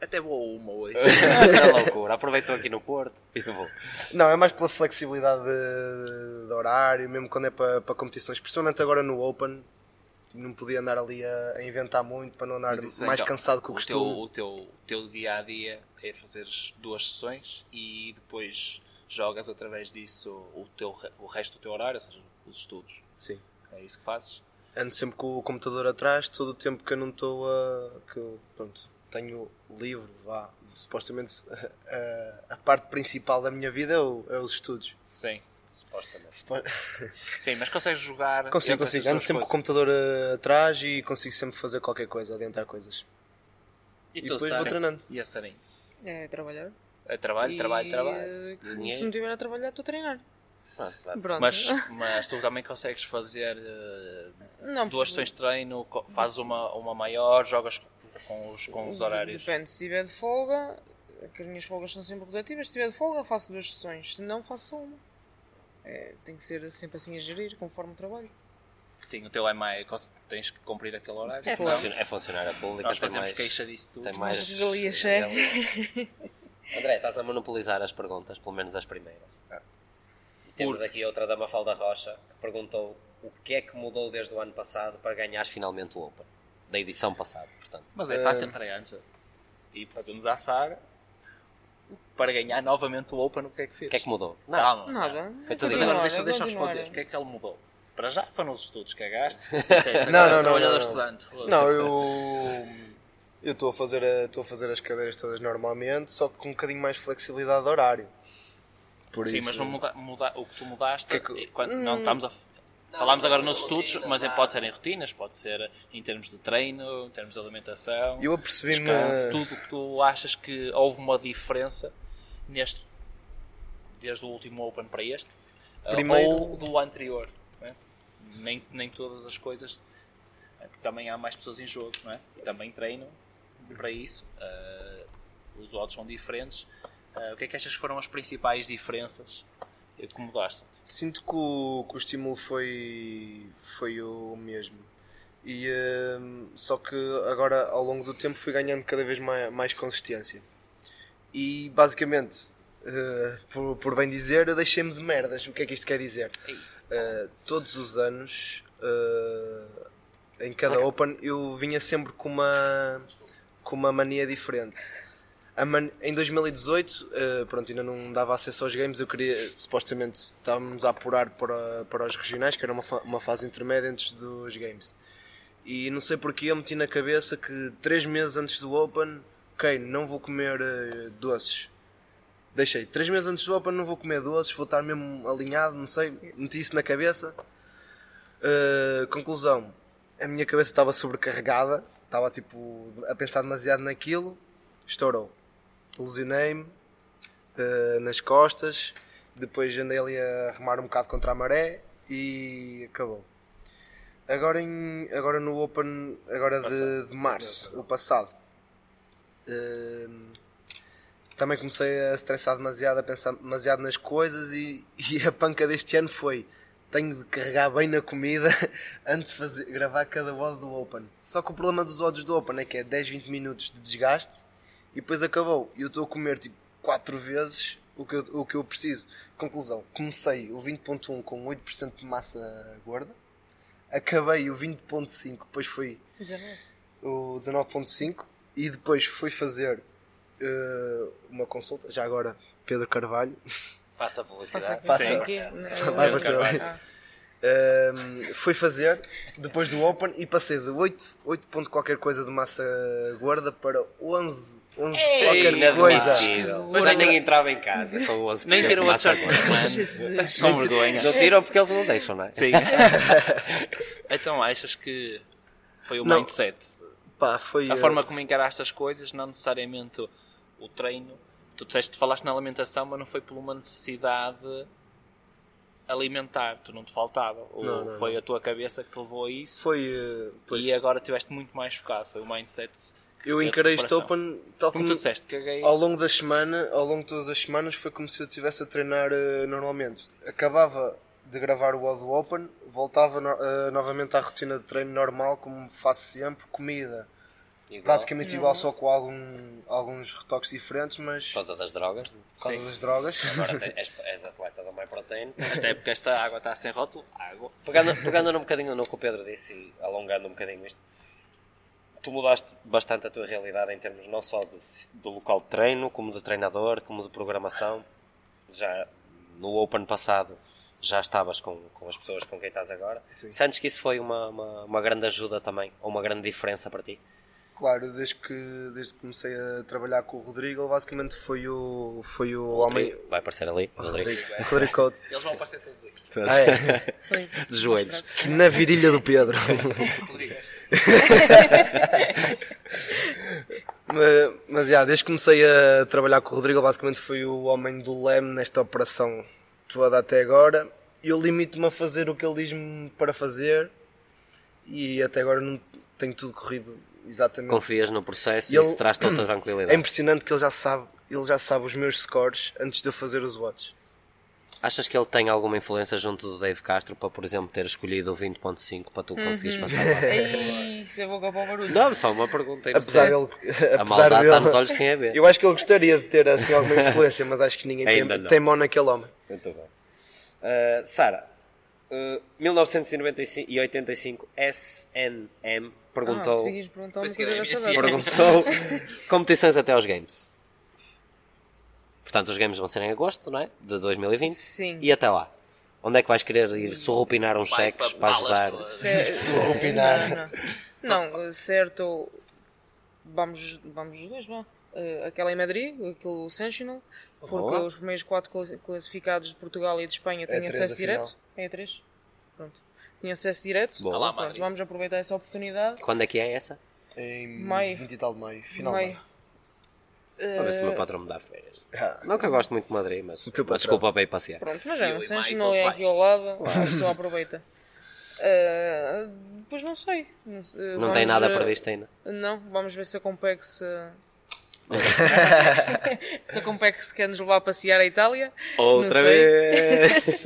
Speaker 2: Até vou a uma hoje.
Speaker 1: É loucura. Aproveitou aqui no Porto e vou.
Speaker 4: Não, é mais pela flexibilidade de, de horário, mesmo quando é para, para competições, principalmente agora no Open. Não podia andar ali a, a inventar muito para não andar
Speaker 2: Mas
Speaker 4: mais
Speaker 2: isso é, então,
Speaker 4: cansado que o
Speaker 2: O teu,
Speaker 4: costume.
Speaker 2: o, teu, o teu dia a dia é fazeres duas sessões e depois jogas através disso o, teu, re- o resto do teu horário, ou seja, os estudos.
Speaker 4: Sim.
Speaker 2: É isso que fazes?
Speaker 4: Ando sempre com o computador atrás, todo o tempo que eu não estou a. que eu, pronto, tenho livro, vá. Supostamente a, a parte principal da minha vida é, o- é os estudos.
Speaker 2: Sim.
Speaker 1: Supostamente.
Speaker 4: Supo-
Speaker 2: Sim, mas consegues jogar.
Speaker 4: Consigo,
Speaker 2: entre
Speaker 4: consigo.
Speaker 2: essas
Speaker 4: Ando
Speaker 2: duas
Speaker 4: sempre com
Speaker 2: coisas?
Speaker 4: o computador eh, atrás e consigo sempre fazer qualquer coisa, adiantar coisas.
Speaker 1: E tu,
Speaker 4: depois
Speaker 1: Sara?
Speaker 4: vou treinando.
Speaker 2: E a Sarinha?
Speaker 3: É trabalhar.
Speaker 2: É trabalho,
Speaker 3: E,
Speaker 2: trabalho, trabalho.
Speaker 3: eh,
Speaker 1: Dinheiro.
Speaker 3: Se não estiver a trabalhar, estou a treinar.
Speaker 1: Pronto, vai.
Speaker 3: Pronto.
Speaker 2: Mas, mas tu também consegues fazer eh,
Speaker 3: não,
Speaker 2: duas sessões de treino, co- fazes uma, uma maior, jogas com os, com os horários.
Speaker 3: Depende, se tiver de folga, que as minhas folgas são sempre produtivas, se tiver de folga faço duas sessões, se não faço uma. É, tem que ser sempre assim a gerir, conforme o trabalho.
Speaker 2: Sim, o teu é mais. cons- tens que cumprir aquele horário.
Speaker 1: É,
Speaker 2: senão
Speaker 1: funcionário, é funcionário público.
Speaker 2: Nós
Speaker 1: tem
Speaker 2: fazemos
Speaker 1: mais,
Speaker 2: queixa disso tudo.
Speaker 1: Tem mais.
Speaker 3: mais regalias, é?
Speaker 1: André, estás a monopolizar as perguntas, pelo menos as primeiras.
Speaker 4: É.
Speaker 1: E Temos
Speaker 2: Por-
Speaker 1: aqui outra da Mafalda Rocha que perguntou o que é que mudou desde o ano passado para ganhares finalmente o Open. Da edição passada, portanto.
Speaker 2: Mas é fácil para ganhar. E fazemos a Sara para ganhar novamente o Open. O que é que fez?
Speaker 1: O que é que mudou?
Speaker 2: Calma,
Speaker 3: Nada. É
Speaker 1: Foi tudo
Speaker 2: Mas
Speaker 1: Continuar,
Speaker 2: agora deixa, deixa-me responder. O que é que ele mudou? Para já foram os estudos que cagaste. Disseste,
Speaker 4: Não,
Speaker 2: agora
Speaker 4: não, não,
Speaker 2: trabalhador
Speaker 4: não.
Speaker 2: estudante. foda-se.
Speaker 4: Não, eu. Eu estou a fazer a- estou a fazer as cadeiras todas normalmente, só que com um bocadinho mais flexibilidade de horário. Por
Speaker 2: Sim,
Speaker 4: isso.
Speaker 2: mas não muda, muda- o que tu mudaste.
Speaker 4: Que é que-
Speaker 2: é quando- não estamos a. Falámos agora nos estudos, mas é- pode ser em rotinas, pode ser em termos de treino, em termos de alimentação.
Speaker 4: Eu apercebi-me.
Speaker 2: descanso, tudo o que tu achas que houve uma diferença neste desde o último Open para este ah,
Speaker 4: Primeiro-
Speaker 2: ou do anterior não é? nem, nem todas as coisas ah, porque também há mais pessoas em jogo não é? E também treinam para isso ah, os odds são diferentes Ah, o que é que achas que foram as principais diferenças eh, que mudaste?
Speaker 4: Sinto que o, que o estímulo foi, foi o mesmo. E, hum, só que agora, ao longo do tempo, fui ganhando cada vez mais, mais consistência. E, basicamente, eh, por, por bem dizer, eu deixei-me de merdas. O que é que isto quer dizer?
Speaker 2: Ei.
Speaker 4: Eh, todos os anos, eh, em cada Open, eu vinha sempre com uma, com uma mania diferente. A man- Em 2018, eh, pronto, ainda não dava acesso aos games, eu queria, supostamente, estávamos a apurar para, para os regionais, que era uma, fa- uma fase intermédia antes dos games. E não sei porque eu meti na cabeça que 3 meses antes do Open, ok, não vou comer eh, doces. Deixei, 3 meses antes do Open não vou comer doces, vou estar mesmo alinhado, não sei, meti isso na cabeça. Eh, conclusão, a minha cabeça estava sobrecarregada, estava tipo a pensar demasiado naquilo, estourou. Lesionei-me eh, nas costas, depois andei ali a remar um bocado contra a maré e acabou. Agora, em, agora no Open, agora de, de março, o passado, eh, também comecei a estressar demasiado, a pensar demasiado nas coisas e, e a panca deste ano foi tenho de carregar bem na comida antes de fazer, gravar cada odd do Open. Só que o problema dos odds do Open é que é 10, 20 minutos de desgaste e depois acabou. E eu estou a comer tipo 4 vezes o que, eu, o que eu um preciso. Conclusão, comecei o 20.1 com 8% de massa gorda, acabei o 20.5, depois fui
Speaker 3: 19.
Speaker 4: o 19.5 e depois fui fazer eh, uma consulta, já agora Pedro Carvalho,
Speaker 1: Passa a
Speaker 3: Passa
Speaker 1: velocidade.
Speaker 4: Passa.
Speaker 3: Sim. Aqui,
Speaker 4: Vai,
Speaker 3: eh,
Speaker 4: Barcelona. Ahm, eh, fui fazer depois do Open e passei de 8, 8 ponto qualquer coisa de massa gorda para 11, 11
Speaker 1: Ei,
Speaker 4: qualquer coisa.
Speaker 1: É inadmissível.
Speaker 3: Mas
Speaker 1: Já
Speaker 3: nem-
Speaker 1: nem entrava em casa com 11%.
Speaker 2: Nem ter
Speaker 1: de
Speaker 2: o
Speaker 1: massa
Speaker 2: WhatsApp
Speaker 1: gorda.
Speaker 2: com vergonha.
Speaker 1: Não tiram porque eles não deixam, não é?
Speaker 2: Sim. então achas que foi o
Speaker 4: Não.
Speaker 2: mindset?
Speaker 4: Pá, foi,
Speaker 2: A
Speaker 4: eh,
Speaker 2: forma como encaraste as coisas, não necessariamente o treino. Tu disseste, falaste na alimentação, mas não foi por uma necessidade alimentar, tu não te faltava. Ou
Speaker 4: Não, não,
Speaker 2: foi a tua cabeça que te levou a isso
Speaker 4: foi eh, pois,
Speaker 2: e agora estiveste muito mais focado. Foi o mindset.
Speaker 4: eu
Speaker 2: a
Speaker 4: encarei este
Speaker 2: recuperação.
Speaker 4: Open tal
Speaker 2: Como
Speaker 4: como
Speaker 2: tu disseste, caguei.
Speaker 4: ao longo da semana, ao longo de todas as semanas, foi como se eu estivesse a treinar eh, normalmente. Acabava de gravar o Odd Open, voltava no- eh, novamente à rotina de treino normal, como faço sempre, comida
Speaker 1: Igual,
Speaker 4: praticamente igual, só com algum, alguns retoques diferentes, mas
Speaker 1: Por
Speaker 4: por
Speaker 1: causa das drogas.
Speaker 4: causa
Speaker 2: Sim.
Speaker 4: das drogas.
Speaker 1: Agora te- és, és atleta da My Protein.
Speaker 2: Até porque esta água
Speaker 1: tá
Speaker 2: está sem rótulo. Água.
Speaker 1: Pegando, pegando num bocadinho no que o Pedro disse e alongando um bocadinho isto, tu mudaste bastante a tua realidade em termos não só de si- do local de treino, como de treinador, como de programação. Já no Open passado já estavas com, com as pessoas com quem estás agora.
Speaker 4: Sim.
Speaker 1: Sentes que isso foi uma, uma, uma grande ajuda também, ou uma grande diferença para ti?
Speaker 4: Claro, desde que, desde que comecei a trabalhar com o Rodrigo, ele basicamente foi o, foi o homem.
Speaker 1: Vai aparecer ali, Rodrigo.
Speaker 4: Rodrigo, Rodrigo Couto.
Speaker 2: Eles vão aparecer todos aqui.
Speaker 4: Ah, é.
Speaker 1: De joelhos.
Speaker 4: Na virilha do Pedro.
Speaker 2: Rodrigo,
Speaker 4: Mas, Eh, mas já, desde que comecei a trabalhar com o Rodrigo, ele basicamente foi o homem do leme nesta operação toda até agora. Eu limito-me a fazer o que ele diz-me para fazer e até agora não tenho tudo corrido exatamente.
Speaker 1: Confias no processo e
Speaker 4: Ele-
Speaker 1: isso traz toda a
Speaker 4: É
Speaker 1: tranquilidade.
Speaker 4: impressionante que ele já sabe, ele já sabe os meus scores antes de eu fazer os watts.
Speaker 1: Achas que ele tem alguma influência junto do Dave Castro para, por exemplo, ter escolhido o 20.5 para
Speaker 3: Uhum.
Speaker 1: tu conseguires passar lá?
Speaker 3: Ei, isso é boca para o barulho.
Speaker 1: Não, só uma pergunta.
Speaker 4: Apesar
Speaker 1: inocente.
Speaker 4: dele,
Speaker 1: A
Speaker 4: apesar
Speaker 1: maldade está nos
Speaker 4: dele,
Speaker 1: olhos de quem é a vê.
Speaker 4: eu acho que ele gostaria de ter assim alguma influência, mas acho que ninguém
Speaker 1: Ainda
Speaker 4: tem,
Speaker 1: não.
Speaker 4: tem mão naquele homem.
Speaker 1: Muito bem. Uh, Sara, uh, 1985 SNM
Speaker 3: Ah,
Speaker 1: perguntou,
Speaker 3: conseguiste perguntar uma
Speaker 2: Pensei
Speaker 3: coisa
Speaker 2: que era
Speaker 3: dessa
Speaker 2: MC.
Speaker 3: data.
Speaker 1: perguntou competições até aos games. Portanto, os games vão ser em agosto, não é? De 2020.
Speaker 3: Sim.
Speaker 1: E até lá. Onde é que vais querer ir surrupinar uns
Speaker 2: Vai
Speaker 1: cheques
Speaker 2: para
Speaker 1: para ajudar?
Speaker 2: Dallas.
Speaker 3: Se-
Speaker 4: Sou opinar.
Speaker 3: Não, não. Não, certo. Vamos, vamos os dois, vá. Eh, Aquela em Madrid, aquele Sentinel, porque
Speaker 1: Boa.
Speaker 3: os primeiros quatro classi- classificados de Portugal e de Espanha têm
Speaker 4: três,
Speaker 3: acesso
Speaker 4: afinal.
Speaker 3: direto. É três. Pronto. Têm acesso direto.
Speaker 1: Boa.
Speaker 2: Olá,
Speaker 3: Pronto,
Speaker 2: Madrid.
Speaker 3: vamos aproveitar essa oportunidade.
Speaker 1: Quando é que é essa?
Speaker 4: Em
Speaker 3: Maio.
Speaker 4: 20 e tal de maio, final de
Speaker 3: Maio.
Speaker 4: maio.
Speaker 1: Para ver se o meu patrão me dá férias.
Speaker 4: Ah,
Speaker 1: Não que eu gosto muito de Madrid, mas,
Speaker 4: O teu
Speaker 1: mas
Speaker 4: patrão.
Speaker 1: desculpa para ir passear.
Speaker 3: Pronto, mas é
Speaker 2: Eu
Speaker 3: um
Speaker 2: e
Speaker 3: Sancho
Speaker 2: Michael
Speaker 3: não é
Speaker 2: Paz.
Speaker 3: aqui ao lado, a pessoa aproveita. Ah, pois não sei. Não, sei,
Speaker 1: Não
Speaker 3: vamos
Speaker 1: tem nada
Speaker 3: ver-
Speaker 1: previsto ainda.
Speaker 3: Não, vamos ver se a Compex. ah, se a Compex quer nos levar a passear à Itália. Outra sei.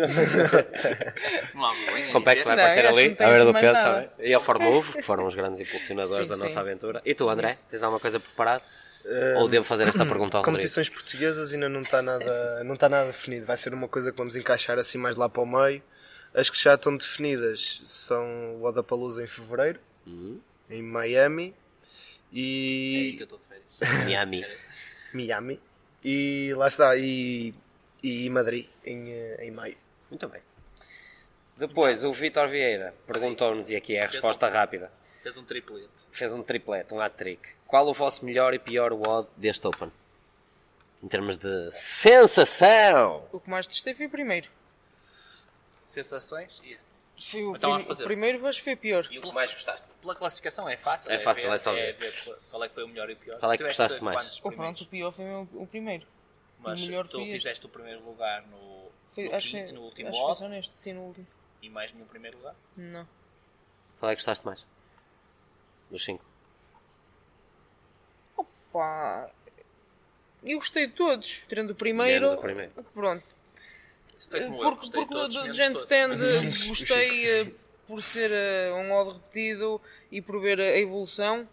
Speaker 2: não há vergonha.
Speaker 1: Complexo vai
Speaker 3: Não,
Speaker 1: aparecer
Speaker 3: eu acho
Speaker 1: ali,
Speaker 3: que não tem
Speaker 1: a ver do
Speaker 3: mais
Speaker 1: Pedro
Speaker 3: nada.
Speaker 1: também. E ao Formovo, que foram os grandes impulsionadores
Speaker 3: Sim,
Speaker 1: da
Speaker 3: sim.
Speaker 1: nossa aventura. E tu, André,
Speaker 3: Isso.
Speaker 1: tens alguma coisa preparada? Ou devo fazer esta pergunta ao Rodrigo?
Speaker 4: Competições portuguesas ainda não está nada, não está nada definido. Vai ser uma coisa que vamos encaixar assim mais lá para o meio. As que já estão definidas são o Odapalooza em fevereiro,
Speaker 1: Hum,
Speaker 4: em Miami
Speaker 2: É aí que
Speaker 4: e
Speaker 2: eu estou de férias.
Speaker 1: Miami.
Speaker 4: Miami e lá está e, e Madrid em, eh, em maio.
Speaker 1: Muito bem. Depois, o Vitor Vieira perguntou-nos, e aqui é a resposta rápida.
Speaker 2: Fez um triplete.
Speaker 1: Fez um triplete, um hat-trick. Qual o vosso melhor e pior WOD deste Open? Em termos de sensação!
Speaker 3: O que mais testei foi o primeiro.
Speaker 2: Sensações? Yeah.
Speaker 3: Foi o,
Speaker 2: Então vamos
Speaker 3: prim- o
Speaker 2: fazer.
Speaker 3: primeiro, mas foi o pior.
Speaker 1: E o que mais gostaste?
Speaker 2: Pela classificação é fácil.
Speaker 1: É fácil,
Speaker 2: ver,
Speaker 1: é só ver.
Speaker 2: É ver qual é que foi o melhor e o pior.
Speaker 1: Qual é que
Speaker 2: Tu tiveste
Speaker 1: gostaste mais?
Speaker 2: quantos
Speaker 3: Oh,
Speaker 2: primeiros?
Speaker 3: pronto, o pior foi mesmo o primeiro.
Speaker 2: Mas
Speaker 3: o melhor
Speaker 2: tu
Speaker 3: foi este.
Speaker 2: fizeste o primeiro lugar no,
Speaker 3: Foi,
Speaker 2: no,
Speaker 3: acho
Speaker 2: quinto-
Speaker 3: que
Speaker 2: no último
Speaker 3: acho que foi
Speaker 2: odd
Speaker 3: só Eh, neste, sim, no último.
Speaker 2: e mais no primeiro lugar.
Speaker 3: Não.
Speaker 1: Qual é que gostaste mais? Dos 5.
Speaker 3: Pá. Eu gostei de todos, tirando o primeiro.
Speaker 1: Menos o primeiro.
Speaker 3: Pronto.
Speaker 2: Foi como eu,
Speaker 3: porque
Speaker 2: gostei
Speaker 3: porque
Speaker 2: de todos,
Speaker 3: do
Speaker 2: menos
Speaker 3: Gent
Speaker 2: todos.
Speaker 3: Stand eh, gostei eh, por ser eh, um modo repetido e por ver a evolução.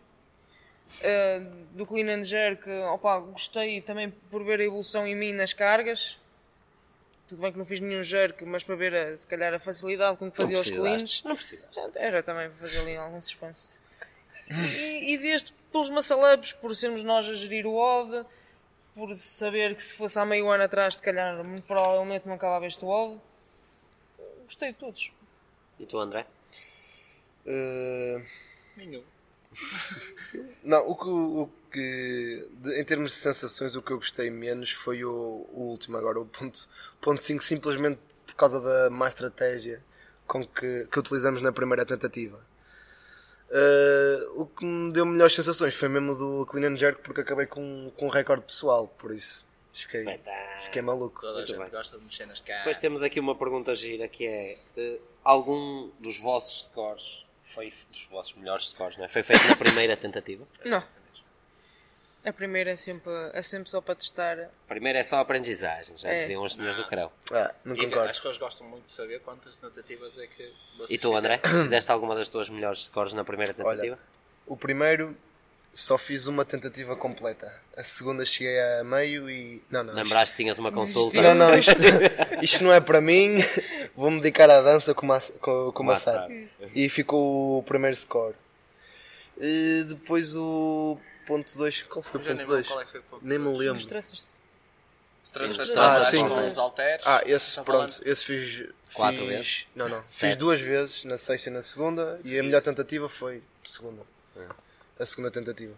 Speaker 3: Eh, do Clean and Jerk, eh, opa, gostei também por ver a evolução em mim nas cargas. Tudo bem que não fiz nenhum jerk, mas para ver a- se calhar a facilidade com que fazia os cleans.
Speaker 1: Não precisaste.
Speaker 3: Portanto, Era também para fazer ali algum suspense. E, e deste pelos maçalabos, por sermos nós a gerir o OD, por saber que se fosse há meio ano atrás, se calhar, muito provavelmente não acabava este OD. Gostei de todos.
Speaker 1: E tu, André?
Speaker 4: Eh,
Speaker 2: Nenhum.
Speaker 4: Não, o que, o que de- em termos de sensações, o que eu gostei menos foi o, o último agora, o ponto, ponto 5, simplesmente por causa da má estratégia com que, que utilizamos na primeira tentativa. Eh, o que me deu melhores sensações foi mesmo do Clean and Jerk, porque acabei com, com um recorde pessoal, por isso fiquei,
Speaker 1: tá.
Speaker 4: fiquei maluco.
Speaker 2: Toda a
Speaker 1: Muito
Speaker 2: gente
Speaker 1: bem.
Speaker 2: gosta de mexer nas caras.
Speaker 1: Depois temos aqui uma pergunta gira que é: eh, algum dos vossos scores foi dos vossos melhores scores, não é? Foi feito na primeira tentativa?
Speaker 3: Não, a primeira é sempre, é sempre só para testar.
Speaker 1: Primeiro é só aprendizagem, já
Speaker 3: É.
Speaker 1: diziam os senhores do
Speaker 2: Não.
Speaker 1: Creu.
Speaker 4: Ah, não
Speaker 2: E
Speaker 4: concordo.
Speaker 2: as pessoas gostam muito de saber quantas tentativas é que vocês
Speaker 1: E tu,
Speaker 2: fizeram.
Speaker 1: André, fizeste alguma das tuas melhores scores na primeira tentativa?
Speaker 4: O primeiro só fiz uma tentativa completa, a segunda cheguei a meio e. Não, não, isto-
Speaker 1: Lembraste que tinhas uma consulta?
Speaker 4: Não, não, isto, isto não é para mim. Vou-me dedicar à dança como a, com, como a Sara. E ficou o primeiro score. E depois o ponto 2. Qual foi
Speaker 2: Eu
Speaker 4: o
Speaker 2: já nem
Speaker 4: ponto
Speaker 2: me lembro
Speaker 4: 2?
Speaker 2: qual é que foi o ponto
Speaker 4: Nem me
Speaker 2: dois.
Speaker 4: lembro.
Speaker 3: Estressas-se.
Speaker 2: Se transas-
Speaker 1: Sim.
Speaker 2: transas
Speaker 4: Ah, sim.
Speaker 2: com os halteres.
Speaker 4: Ah, esse
Speaker 2: Estão
Speaker 4: pronto,
Speaker 2: falando-
Speaker 4: esse fiz.
Speaker 1: Quatro
Speaker 4: fiz-
Speaker 1: vezes?
Speaker 4: Não, não. Fiz
Speaker 1: Sete.
Speaker 4: duas vezes, na sexta e na segunda, e a melhor tentativa foi segunda.
Speaker 1: É.
Speaker 4: A segunda tentativa.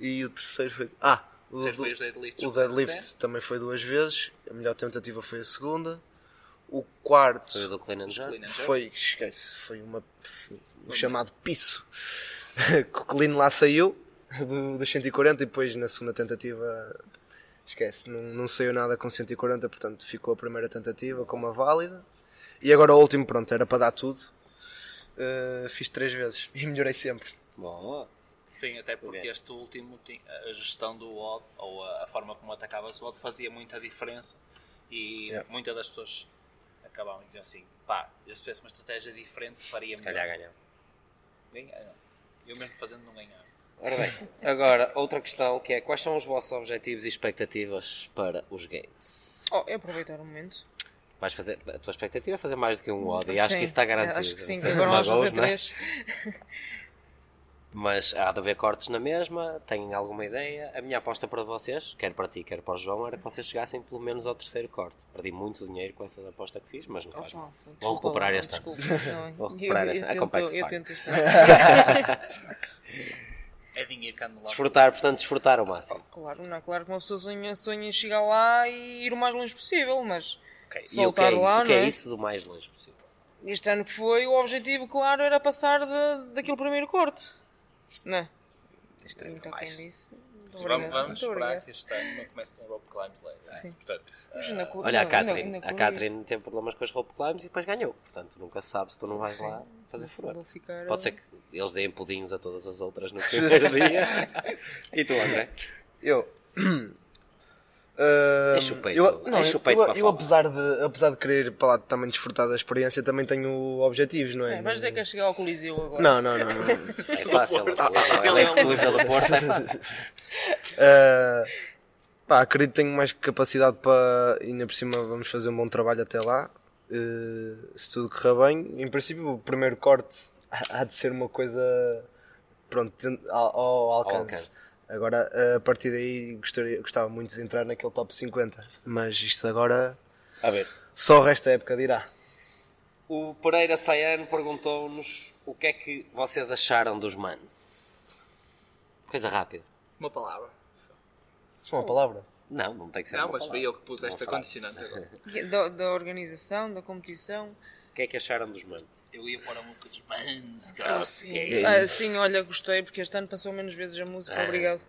Speaker 4: E o terceiro foi. Ah, o,
Speaker 2: Dizer, foi
Speaker 4: do-
Speaker 2: os né? deadlifts.
Speaker 4: O deadlift também foi duas vezes, a melhor tentativa foi a segunda. O quarto
Speaker 1: Foi o do Clean and Jerk?
Speaker 2: Clean and jerk.
Speaker 4: foi, esquece, foi uma, o chamado piso. que o Colino lá saiu do- dos 140 e depois na segunda tentativa, esquece, não, não saiu nada com 140, portanto ficou a primeira tentativa como a válida. E agora o último, pronto, era para dar tudo. Eh, fiz três vezes e melhorei sempre.
Speaker 1: Boa.
Speaker 2: Sim, até porque este último, ti- a gestão do WOD, ou a, a forma como atacavas o WOD, fazia muita diferença. E
Speaker 4: Yeah.
Speaker 2: muitas das pessoas acabavam dizendo assim: pá, eu se fizesse uma estratégia diferente, faria
Speaker 1: Se
Speaker 2: melhor.
Speaker 1: calhar ganhou.
Speaker 2: Ganhar, não. Eu mesmo fazendo, não ganhava.
Speaker 1: Ora bem, agora outra questão que é quais são os vossos objetivos e expectativas para os games?
Speaker 3: Oh, é aproveitar o momento.
Speaker 1: Vais fazer, a tua expectativa é fazer mais do que um odd e acho
Speaker 3: Sim,
Speaker 1: que isso está garantido.
Speaker 3: Acho que sim,
Speaker 1: Não
Speaker 3: que
Speaker 1: sei,
Speaker 3: agora vamos
Speaker 1: magoas,
Speaker 3: fazer
Speaker 1: não é?
Speaker 3: três.
Speaker 1: Mas há de haver cortes na mesma, têm alguma ideia? A minha aposta para vocês, quer para ti, quer para o João, era que vocês chegassem pelo menos ao terceiro corte. Perdi muito dinheiro com essa aposta que fiz, mas não faz mal. Vou recuperar esta. Vou recuperar esta. É complexo,
Speaker 3: Eu
Speaker 1: pá.
Speaker 3: tento esta.
Speaker 2: É dinheiro que ando lá.
Speaker 1: Desfrutar, portanto, desfrutar ao máximo.
Speaker 3: Claro, não, claro que uma pessoa sonha, sonha em chegar lá e ir o mais longe possível, mas
Speaker 1: Ok, E o que, é,
Speaker 3: Soltar lá,
Speaker 1: o que é
Speaker 3: não é?
Speaker 1: isso do mais longe possível?
Speaker 3: este ano que foi, o objetivo, claro, era passar de, daquele primeiro corte. Não é? Então,
Speaker 2: Este ano
Speaker 3: Muito
Speaker 2: mais.
Speaker 3: aquém disso. Muito
Speaker 2: Vamos,
Speaker 3: obrigada,
Speaker 2: vamos
Speaker 3: muito
Speaker 2: esperar
Speaker 3: obrigada.
Speaker 2: que este ano não comece com rope climbs later.
Speaker 3: Sim.
Speaker 2: Portanto, eh,
Speaker 3: Mas ainda co-
Speaker 1: Olha, a
Speaker 3: ainda- ainda-
Speaker 1: Catherine,
Speaker 3: ainda
Speaker 1: a
Speaker 3: co-
Speaker 1: Catherine teve problemas com as rope climbs e depois ganhou. Portanto, nunca se sabe se tu não vais
Speaker 3: Sim.
Speaker 1: lá fazer furor.
Speaker 3: Vou ficar,
Speaker 1: Pode ser que eles deem pudins a todas as outras no primeiro dia. e tu, André?
Speaker 4: Eu. Ah,
Speaker 1: Deixa o peito,
Speaker 4: eu, não,
Speaker 1: deixa o
Speaker 4: eu-
Speaker 1: peito
Speaker 4: eu,
Speaker 1: para
Speaker 4: eu
Speaker 1: falar.
Speaker 4: apesar de apesar de querer para lá também desfrutar da experiência também tenho objetivos não é?
Speaker 3: É, vais dizer que é chegar ao Coliseu agora.
Speaker 4: não não não, não.
Speaker 1: É fácil. Ela é coisa do Porto, é fácil.
Speaker 4: Uh, pá, acredito que tenho mais capacidade para. E ainda por cima vamos fazer um bom trabalho até lá. Uh, se tudo correr bem, em princípio, o primeiro corte há há de ser uma coisa. Pronto, ten- ao, ao
Speaker 1: Ao
Speaker 4: alcance.
Speaker 1: alcance.
Speaker 4: Agora, uh, a partir daí, gostaria, gostava muito de entrar naquele top 50. Mas isto agora.
Speaker 1: A ver.
Speaker 4: Só o resto da época dirá.
Speaker 1: O Pereira Sayano perguntou-nos o que é que vocês acharam dos Mans. Coisa rápida.
Speaker 2: uma palavra.
Speaker 4: Só é uma palavra.
Speaker 1: Não, não tem que ser
Speaker 2: Não,
Speaker 1: uma
Speaker 2: mas
Speaker 1: palavra.
Speaker 2: fui eu que pus
Speaker 1: Uma
Speaker 2: esta
Speaker 1: frase.
Speaker 2: condicionante agora.
Speaker 3: é Da, da organização, da competição.
Speaker 1: O que é que acharam dos Mans?
Speaker 2: Eu ia pôr a música dos Mans,
Speaker 3: Ah,
Speaker 2: Girls.
Speaker 4: é
Speaker 3: sim. Ah, sim, olha, gostei, porque este ano passou menos vezes a música,
Speaker 4: Ah,
Speaker 3: obrigado.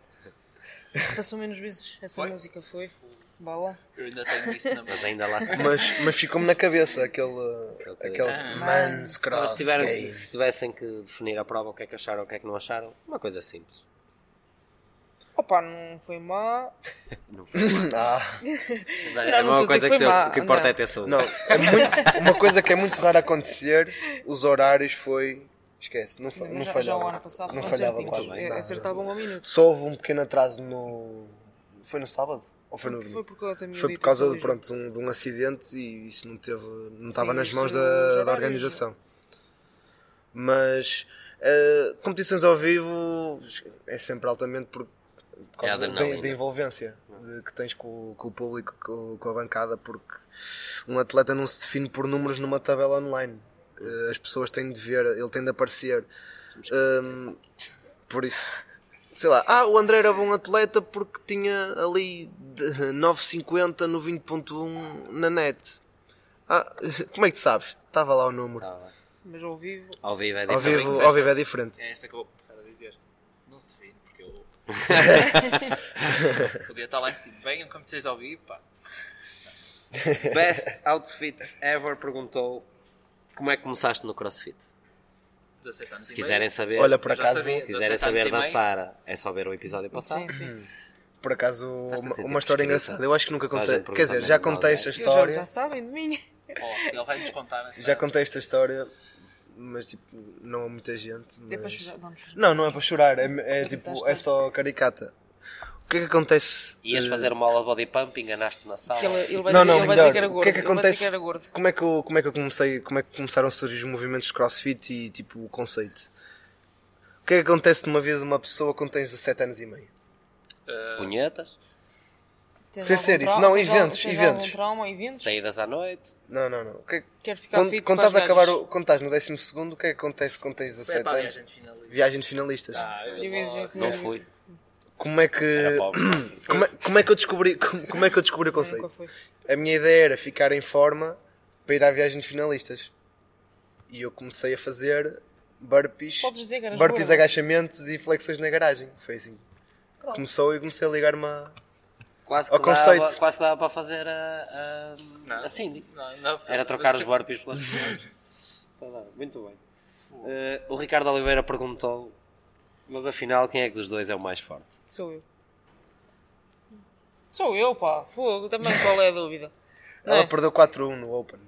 Speaker 3: Passou menos vezes, essa
Speaker 2: Foi?
Speaker 3: música foi. Bala.
Speaker 2: Eu ainda tenho isso na mão.
Speaker 1: Mas é ainda lá está.
Speaker 4: Mas, mas ficou-me na cabeça aquele. aquele
Speaker 2: Ah,
Speaker 4: man's
Speaker 1: Mas
Speaker 4: cross.
Speaker 1: tiveram, que-
Speaker 4: gaze.
Speaker 1: um se é tivessem que definir a prova, o que é que acharam, o que é que não acharam, uma coisa simples.
Speaker 3: Opa, não foi má.
Speaker 1: Não foi mal.
Speaker 4: Ah.
Speaker 1: é
Speaker 3: não
Speaker 1: uma
Speaker 3: estou a
Speaker 1: coisa que
Speaker 3: dizer que
Speaker 1: se eu-
Speaker 3: foi má,
Speaker 1: o que importa
Speaker 3: não.
Speaker 1: é ter saúde.
Speaker 4: Não, é muito- uma coisa que é muito raro acontecer, os horários foi. Esquece, não, fa-
Speaker 3: Mas
Speaker 4: não
Speaker 3: já, já
Speaker 4: falhava.
Speaker 3: o ano passado
Speaker 4: não
Speaker 3: foi
Speaker 4: falhava
Speaker 3: certinho.
Speaker 4: quase.
Speaker 1: Muito
Speaker 3: É,
Speaker 1: bem.
Speaker 4: nada.
Speaker 3: Acertavam um minuto.
Speaker 4: Só houve um pequeno atraso no. Foi no sábado? Ou foi no
Speaker 3: Foi
Speaker 4: domingo?
Speaker 3: por causa da
Speaker 4: Foi por causa de, pronto, de, um, de um acidente e isso não teve não estava nas
Speaker 3: isso
Speaker 4: mãos
Speaker 3: não- já
Speaker 4: da, da
Speaker 3: era
Speaker 4: organização. Mas eh, competições ao vivo é sempre altamente por, por
Speaker 1: É a
Speaker 4: causa da- da,
Speaker 1: adrenalina.
Speaker 4: da envolvência de- que tens com, o- com o público, com, com a bancada, porque um atleta não se define por números numa tabela online. Eh, as pessoas têm de ver, ele tem de aparecer. Ehm, por isso, sei lá, ah, o André era bom atleta porque tinha ali de- 9,50 no 20.1 na net. Ah, como é que tu sabes? Estava lá o número.
Speaker 1: Tá bem.
Speaker 3: Mas ao vivo.
Speaker 1: Ao vivo é
Speaker 4: ao,
Speaker 1: diferente.
Speaker 4: vivo,
Speaker 2: disseste
Speaker 4: ao vivo é
Speaker 2: essa.
Speaker 4: diferente.
Speaker 2: É essa que eu vou começar a dizer. Não se define, porque eu. Podia estar lá em cima. Venham como vocês ao vivo, pá.
Speaker 1: Best outfits ever perguntou como é que começaste no crossfit.
Speaker 2: 17 anos
Speaker 1: Se
Speaker 2: e
Speaker 1: quiserem
Speaker 2: meio.
Speaker 1: saber,
Speaker 4: Olha, por
Speaker 2: Já
Speaker 4: acaso,
Speaker 2: sabia.
Speaker 1: se quiserem
Speaker 2: 17 anos
Speaker 1: saber
Speaker 2: e meio.
Speaker 1: dançar, é só ver o episódio passado.
Speaker 3: Sim, sim.
Speaker 4: por acaso,
Speaker 1: a
Speaker 4: uma,
Speaker 1: sentir
Speaker 4: uma história
Speaker 1: descrita.
Speaker 4: engraçada. Eu acho que nunca
Speaker 1: Toda a
Speaker 4: contei.
Speaker 1: gente
Speaker 4: Quer dizer,
Speaker 1: pergunta
Speaker 4: já
Speaker 1: menos ao
Speaker 4: contei
Speaker 3: E
Speaker 4: esta
Speaker 3: os jogos
Speaker 4: história.
Speaker 3: já sabem de mim.
Speaker 2: Oh, ele vai nos contar. esta-
Speaker 4: Já contei esta história, mas tipo, não há muita gente.
Speaker 3: É para
Speaker 4: mas-
Speaker 3: chorar. Vamos chorar.
Speaker 4: Não, não é para chorar, é, é, tipo,
Speaker 3: Contaste.
Speaker 4: é só caricata. O que é que acontece?
Speaker 1: Ias
Speaker 4: eh,
Speaker 1: fazer uma aula de body pump, enganaste na sala.
Speaker 3: Que ele, ele vai,
Speaker 4: Não,
Speaker 3: dizer,
Speaker 4: não,
Speaker 3: ele vai
Speaker 4: melhor.
Speaker 3: dizer que era
Speaker 4: O
Speaker 3: gordo.
Speaker 4: que é que
Speaker 3: Ele vai
Speaker 4: acontece?
Speaker 3: dizer que era gordo.
Speaker 4: Como é que eu, como é que eu comecei, como é que começaram a surgir os movimentos de crossfit e tipo o conceito? O que é que acontece numa vida de uma pessoa quando tens 17 anos e meio?
Speaker 1: Punhetas,
Speaker 3: Tens
Speaker 4: Sem
Speaker 3: algum
Speaker 4: ser isso.
Speaker 3: trau-
Speaker 4: Não,
Speaker 3: tens
Speaker 4: eventos,
Speaker 3: algum- tens
Speaker 4: eventos.
Speaker 3: algum trauma, eventos.
Speaker 1: saídas à noite.
Speaker 4: Não, não, não. O que é que-
Speaker 3: Quero ficar
Speaker 4: quando,
Speaker 3: fit
Speaker 4: quando
Speaker 3: para
Speaker 4: estás a
Speaker 3: as
Speaker 4: acabar,
Speaker 3: gajas.
Speaker 4: o- quando estás no 12 segundo, o que é que acontece quando tens
Speaker 2: Vai
Speaker 4: 17
Speaker 2: para a
Speaker 4: anos?
Speaker 2: viagem de finalista.
Speaker 4: Viagem de finalistas.
Speaker 2: Ah, eu
Speaker 3: Eu ia dizer que
Speaker 1: Não fui.
Speaker 4: Como é que
Speaker 1: Era pobre.
Speaker 4: como é, como é que eu descobri como, como é que eu descobri o
Speaker 3: Nunca
Speaker 4: conceito?
Speaker 3: foi.
Speaker 4: A minha ideia era ficar em forma para ir à viagem de finalistas. E eu comecei a fazer burpees,
Speaker 3: Podes dizer que eras
Speaker 4: burpees
Speaker 3: gorda.
Speaker 4: agachamentos e flexões na garagem. Foi assim. Começou e comecei a ligar uma.
Speaker 1: Quase
Speaker 4: Ao
Speaker 1: que, dava,
Speaker 4: conceito.
Speaker 1: quase que dava para fazer a, a,
Speaker 2: Não.
Speaker 1: a Cindy.
Speaker 2: Não, não, foi-
Speaker 1: Assim? Era trocar os burpees pelas pernas. Tá bem, Muito bem. Eh, o Ricardo Oliveira perguntou, mas afinal, quem é que dos dois é o mais forte?
Speaker 3: Sou eu. Sou eu, pá. Fogo, também qual é a dúvida? Não
Speaker 4: Ela
Speaker 3: é?
Speaker 4: perdeu 4-1 no Open.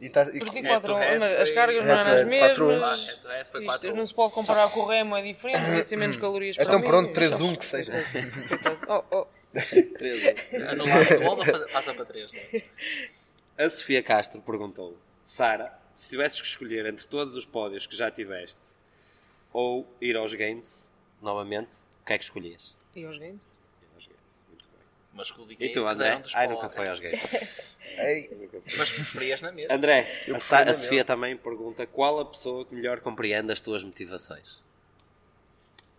Speaker 4: E tá, e-
Speaker 3: Perdi
Speaker 2: É,
Speaker 3: quatro
Speaker 2: tu és,
Speaker 3: mas as
Speaker 2: foi-
Speaker 3: cargas não
Speaker 4: É, tu
Speaker 3: eram as
Speaker 4: és, quatro
Speaker 2: Lá,
Speaker 3: mesmas.
Speaker 2: é, tu é, foi
Speaker 3: Isto
Speaker 2: 4
Speaker 3: não se pode comparar com o remo, é diferente, devia ser menos calorias para
Speaker 4: então
Speaker 3: mim.
Speaker 4: pronto, 3-1 que seja.
Speaker 3: Oh, oh,
Speaker 2: Anular o gol, passa para é? 3.
Speaker 1: A Sofia Castro perguntou: Sara, se tivesses que escolher entre todos os pódios que já tiveste ou ir aos Games novamente, o que é que escolhias?
Speaker 3: E aos games?
Speaker 1: Ir aos Games, muito bem.
Speaker 2: Mas com o
Speaker 1: E
Speaker 2: dinheiro
Speaker 1: tu,
Speaker 2: que
Speaker 1: André?
Speaker 2: deram um dos
Speaker 1: Ai, nunca
Speaker 2: pobres.
Speaker 1: foi aos Games.
Speaker 4: Ei,
Speaker 2: Mas preferias na mesa.
Speaker 1: André, a, Sa-
Speaker 4: prefiro
Speaker 1: a
Speaker 4: o
Speaker 1: Sofia também pergunta: Qual a pessoa que melhor compreende as tuas motivações?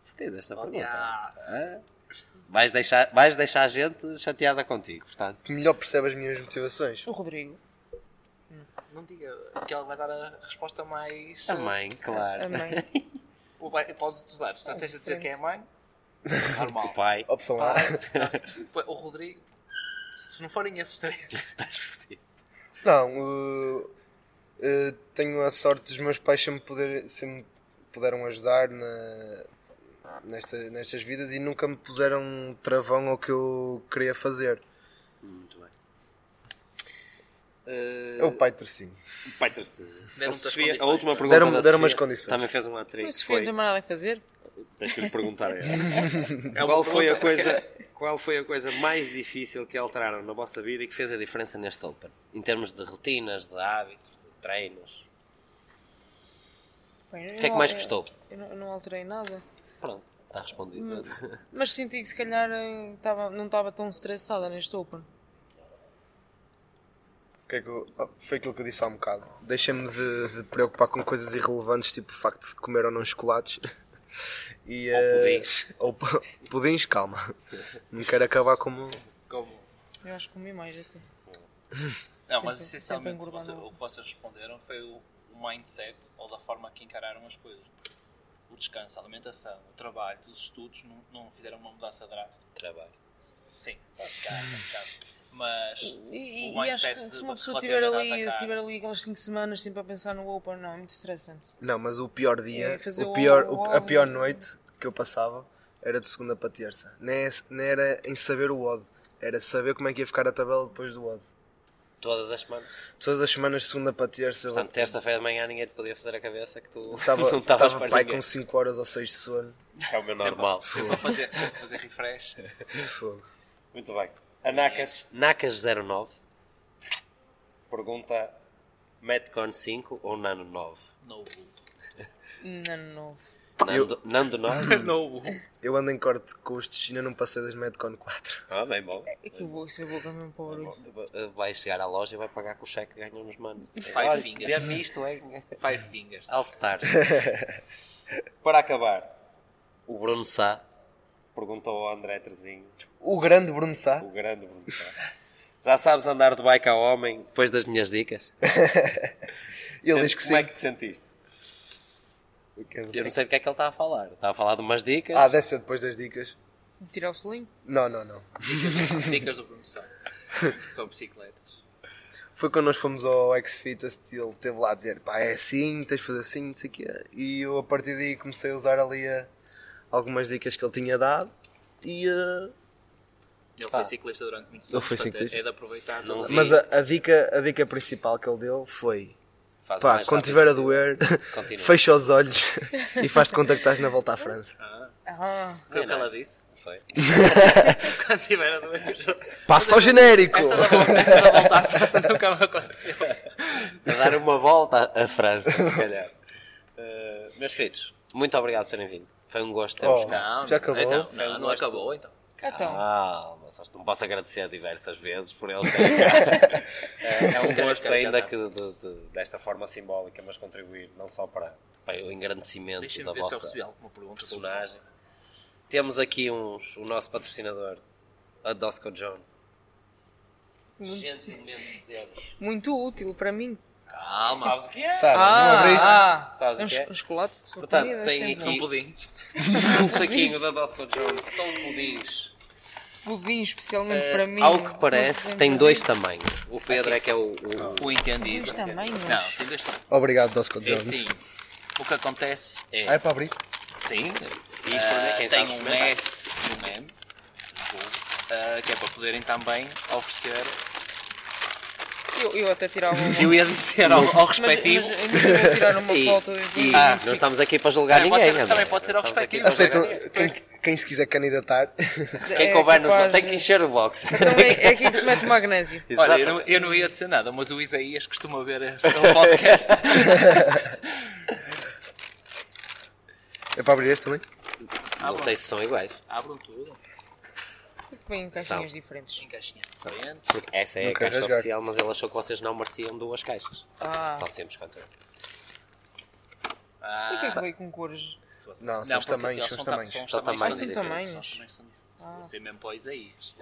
Speaker 1: Fodida esta pergunta.
Speaker 2: Ah,
Speaker 1: Ah, Vais deixar, vais deixar a gente chateada contigo, portanto.
Speaker 4: que melhor percebe as minhas motivações.
Speaker 3: O Rodrigo.
Speaker 2: não diga que ela vai dar a resposta mais.
Speaker 3: Tá
Speaker 1: A mãe, claro.
Speaker 3: A mãe.
Speaker 2: Ou vai- podes usar estratégia de dizer
Speaker 3: diferente.
Speaker 2: quem é a mãe? Normal.
Speaker 1: O pai. oh,
Speaker 4: Opção A.
Speaker 2: Pá, nossa, O Rodrigo, se não forem esses três,
Speaker 4: Não, uh, uh, tenho a sorte dos meus pais sempre, poder, sempre puderam ajudar na- nesta- nestas vidas e nunca me puseram um travão ao que eu queria fazer.
Speaker 1: Muito bem.
Speaker 4: É o pai tercinho.
Speaker 1: Pai terceiro.
Speaker 2: Deram-te
Speaker 1: A
Speaker 2: as
Speaker 1: Sofia-
Speaker 2: condições.
Speaker 1: a última pergunta
Speaker 4: Deram-
Speaker 1: da
Speaker 4: deram
Speaker 1: Sofia
Speaker 4: umas condições.
Speaker 1: Também fez uma atriz.
Speaker 3: Mas Sofia
Speaker 1: foi,
Speaker 3: não tem mais nada a fazer.
Speaker 1: Tens que lhe perguntar a ela.
Speaker 2: é uma
Speaker 1: qual, foi a
Speaker 2: pergunta.
Speaker 1: coisa, qual foi a coisa mais difícil que alteraram na vossa vida e que fez a diferença neste Open? Em termos de rotinas, de hábitos, de treinos.
Speaker 3: Bem,
Speaker 1: O que é que mais gostou?
Speaker 3: Eu não, eu não alterei nada.
Speaker 1: Pronto, está respondido.
Speaker 3: Mas senti que se calhar eh, tava- não estava tão estressada neste Open.
Speaker 4: O que é que eu- oh, foi aquilo que eu disse há um bocado. Deixa-me de, de preocupar com coisas irrelevantes, tipo o facto de comer ou não chocolates. E,
Speaker 1: Ou
Speaker 4: uh,
Speaker 1: pudins.
Speaker 4: Ou pu- pudins, calma. Não quero acabar como.
Speaker 2: Como-
Speaker 3: Eu acho que comi mais até.
Speaker 2: Não, mas
Speaker 3: Sempre-
Speaker 2: essencialmente
Speaker 3: sempre
Speaker 2: você-
Speaker 3: engordando.
Speaker 2: o que vocês responderam foi o, o mindset ou da forma que encararam as coisas. O descanso, a alimentação, o trabalho, os estudos não, não fizeram uma mudança drástica.
Speaker 1: Trabalho.
Speaker 2: Sim, pode ficar, pode ficar. Mas
Speaker 3: E, e-
Speaker 2: O
Speaker 3: e acho
Speaker 2: mindset
Speaker 3: que se
Speaker 2: de-
Speaker 3: uma pessoa estiver
Speaker 2: relativamente a
Speaker 3: ali,
Speaker 2: atacar.
Speaker 3: tiver ali aquelas 5 semanas sempre a pensar no Open, não, é muito estressante.
Speaker 4: Não, mas o pior dia,
Speaker 3: É, fazer
Speaker 4: o
Speaker 3: o-
Speaker 4: pior,
Speaker 3: o-
Speaker 4: o- a pior noite que eu passava era de segunda para terça. Nem, é- nem era em saber o odd, era saber como é que ia ficar a tabela depois do odd.
Speaker 1: Todas as semanas.
Speaker 4: Todas as semanas, de segunda para terça, eu
Speaker 1: Portanto, terça-feira de manhã ninguém te podia fazer a cabeça que tu
Speaker 4: estava,
Speaker 1: não estavas
Speaker 4: estava
Speaker 1: para
Speaker 4: pai
Speaker 1: ninguém.
Speaker 4: com 5 horas ou 6 de sono.
Speaker 1: que é o meu normal.
Speaker 2: Sempre a fazer, sempre a fazer refresh.
Speaker 4: Fogo.
Speaker 1: Muito bem. A Nakas, Nakas09 pergunta: Metcon 5 ou Nano 9?
Speaker 2: Novo.
Speaker 3: Nano novo.
Speaker 1: Nando, Nando 9?
Speaker 2: Novo.
Speaker 4: Eu ando em corte de custos e ainda não passei das Medcon 4.
Speaker 1: Ah, bem bom.
Speaker 3: É que eu vou, isso é boca mesmo para o barulho.
Speaker 1: Vai chegar à loja e vai pagar com o cheque que ganhou nos manos.
Speaker 2: Five
Speaker 1: Olha,
Speaker 2: fingers.
Speaker 1: dê-me isto, hein?
Speaker 2: Five Fingers.
Speaker 1: All Stars. Para acabar, o Bruno Sá perguntou ao André Trezinho
Speaker 4: O grande Bruno Sá.
Speaker 1: O grande Bruno Sá. Já sabes andar de bike a homem depois das minhas dicas?
Speaker 4: Ele diz que sim.
Speaker 1: Como é que te sentiste? Eu não sei do que é que ele está a falar. Está a falar de umas dicas.
Speaker 4: Ah, deve ser depois das dicas.
Speaker 3: Tirar o selinho?
Speaker 4: Não, não, não.
Speaker 2: Dicas do Bruno Sá. São bicicletas.
Speaker 4: Foi quando nós fomos ao X-Fit, ele teve lá a dizer, pá, é assim, tens de fazer assim, não sei o quê. E eu a partir daí comecei a usar ali eh, algumas dicas que ele tinha dado. E, eh,
Speaker 2: Tá. Ele
Speaker 4: Pá.
Speaker 2: foi ciclista durante muitos
Speaker 4: Ele
Speaker 2: anos.
Speaker 4: foi
Speaker 2: portanto,
Speaker 4: ciclista.
Speaker 2: É de aproveitar.
Speaker 1: Não
Speaker 2: toda a
Speaker 1: vi.
Speaker 2: vida.
Speaker 4: mas a, a dica, a dica principal que ele deu foi,
Speaker 1: Faz o
Speaker 4: pá,
Speaker 1: mais
Speaker 4: quando
Speaker 1: rápido
Speaker 4: estiver a
Speaker 1: possível.
Speaker 4: doer,
Speaker 1: Continua.
Speaker 4: fecha os olhos e faz-te conta que estás na volta à França.
Speaker 2: Ah,
Speaker 3: Ah,
Speaker 2: foi o que ela
Speaker 1: nice.
Speaker 2: disse.
Speaker 1: Foi.
Speaker 2: assim, Quando tiver a doer.
Speaker 4: Passa ao genérico!
Speaker 2: Essa da volta, essa da volta à França nunca me aconteceu.
Speaker 1: A dar uma volta à à França, se calhar. Eh, meus queridos, muito obrigado por terem vindo. Foi um gosto termos
Speaker 4: Oh.
Speaker 1: cá.
Speaker 4: Já acabou?
Speaker 2: Então,
Speaker 1: Eu
Speaker 2: não, não
Speaker 1: gosto.
Speaker 2: acabou então.
Speaker 1: Ah.
Speaker 3: então.
Speaker 1: Calma, só não posso agradecer diversas vezes por eles terem cá. Eh, é um gosto ainda que de- de- desta forma simbólica, mas contribuir não só para, para o engrandecimento da
Speaker 2: Deixa-me ver se eu
Speaker 1: vossa
Speaker 2: recebi alguma pergunta.
Speaker 1: personagem. Temos aqui uns, o nosso patrocinador, a Dosco Jones. Gentilmente cedemos.
Speaker 3: Muito útil para mim.
Speaker 2: Calma.
Speaker 1: Sabes o que é?
Speaker 4: Sabes, não abriste?
Speaker 3: ah,
Speaker 1: Sabes o
Speaker 3: é um
Speaker 1: que é?
Speaker 3: ch- um chocolate. só
Speaker 1: Portanto,
Speaker 3: comida,
Speaker 1: tem
Speaker 3: sempre.
Speaker 1: aqui-
Speaker 2: São pudins.
Speaker 1: Um saquinho da Dosco Jones, tão pudins.
Speaker 3: pudim Um especialmente para mim.
Speaker 1: Ao eh, que parece, tem dois tamanhos. O Pedro é que é o. o-
Speaker 2: O entendido.
Speaker 3: Dois tamanhos?
Speaker 2: Não, tem dois tamanhos.
Speaker 4: Obrigado, Dosco
Speaker 2: É
Speaker 4: Jones.
Speaker 2: assim. O que acontece é.
Speaker 4: Ah, é para abrir?
Speaker 2: Sim.
Speaker 1: Isto,
Speaker 2: ah,
Speaker 1: né, quem
Speaker 2: tem
Speaker 1: sabe
Speaker 2: um
Speaker 1: experimentar.
Speaker 2: S e um M. ah, que é para poderem também oferecer.
Speaker 3: Eu, eu até tirava uma.
Speaker 2: Eu ia dizer ao, ao
Speaker 3: Mas, mas
Speaker 2: respectivo.
Speaker 3: eu não vou tirar uma
Speaker 1: E-
Speaker 3: foto de tipo,
Speaker 1: e
Speaker 2: Ah,
Speaker 1: não estamos aqui para julgar
Speaker 2: Também É, pode
Speaker 1: ninguém.
Speaker 2: ser-
Speaker 1: André.
Speaker 2: também pode ser ao
Speaker 1: Não estamos aqui
Speaker 2: respectivo.
Speaker 1: para
Speaker 4: Aceitam,
Speaker 3: é
Speaker 1: julgar ninguém.
Speaker 4: quem, quem se quiser candidatar.
Speaker 1: Quem couber nos tem que encher o box.
Speaker 3: Então é, é aqui que se mete magnésio.
Speaker 2: Olha, eu não, eu não ia dizer nada, mas o Isaías costuma ver este podcast.
Speaker 4: É para abrir este também?
Speaker 2: Ah,
Speaker 1: Não sei se são iguais.
Speaker 2: Abram tudo
Speaker 3: Porque vem em caixinhas diferentes.
Speaker 2: em caixinhas diferentes.
Speaker 1: Porque essa é
Speaker 4: Nunca
Speaker 1: a caixa
Speaker 4: rasgar.
Speaker 1: oficial, mas ele achou que vocês não mereciam duas caixas.
Speaker 3: Ah,
Speaker 1: Tão simples quanto isso.
Speaker 2: Ah,
Speaker 3: e quem é que veio com cores?
Speaker 2: se você-
Speaker 4: Não, são os
Speaker 2: porque
Speaker 4: tamanhos,
Speaker 2: eles
Speaker 4: são os
Speaker 2: ta-
Speaker 4: tamanhos.
Speaker 1: São tamanhos
Speaker 2: são
Speaker 3: diferentes.
Speaker 2: São tamanhos Ah. são
Speaker 3: Ah.
Speaker 2: diferentes. Vai ser mesmo para o Isaías.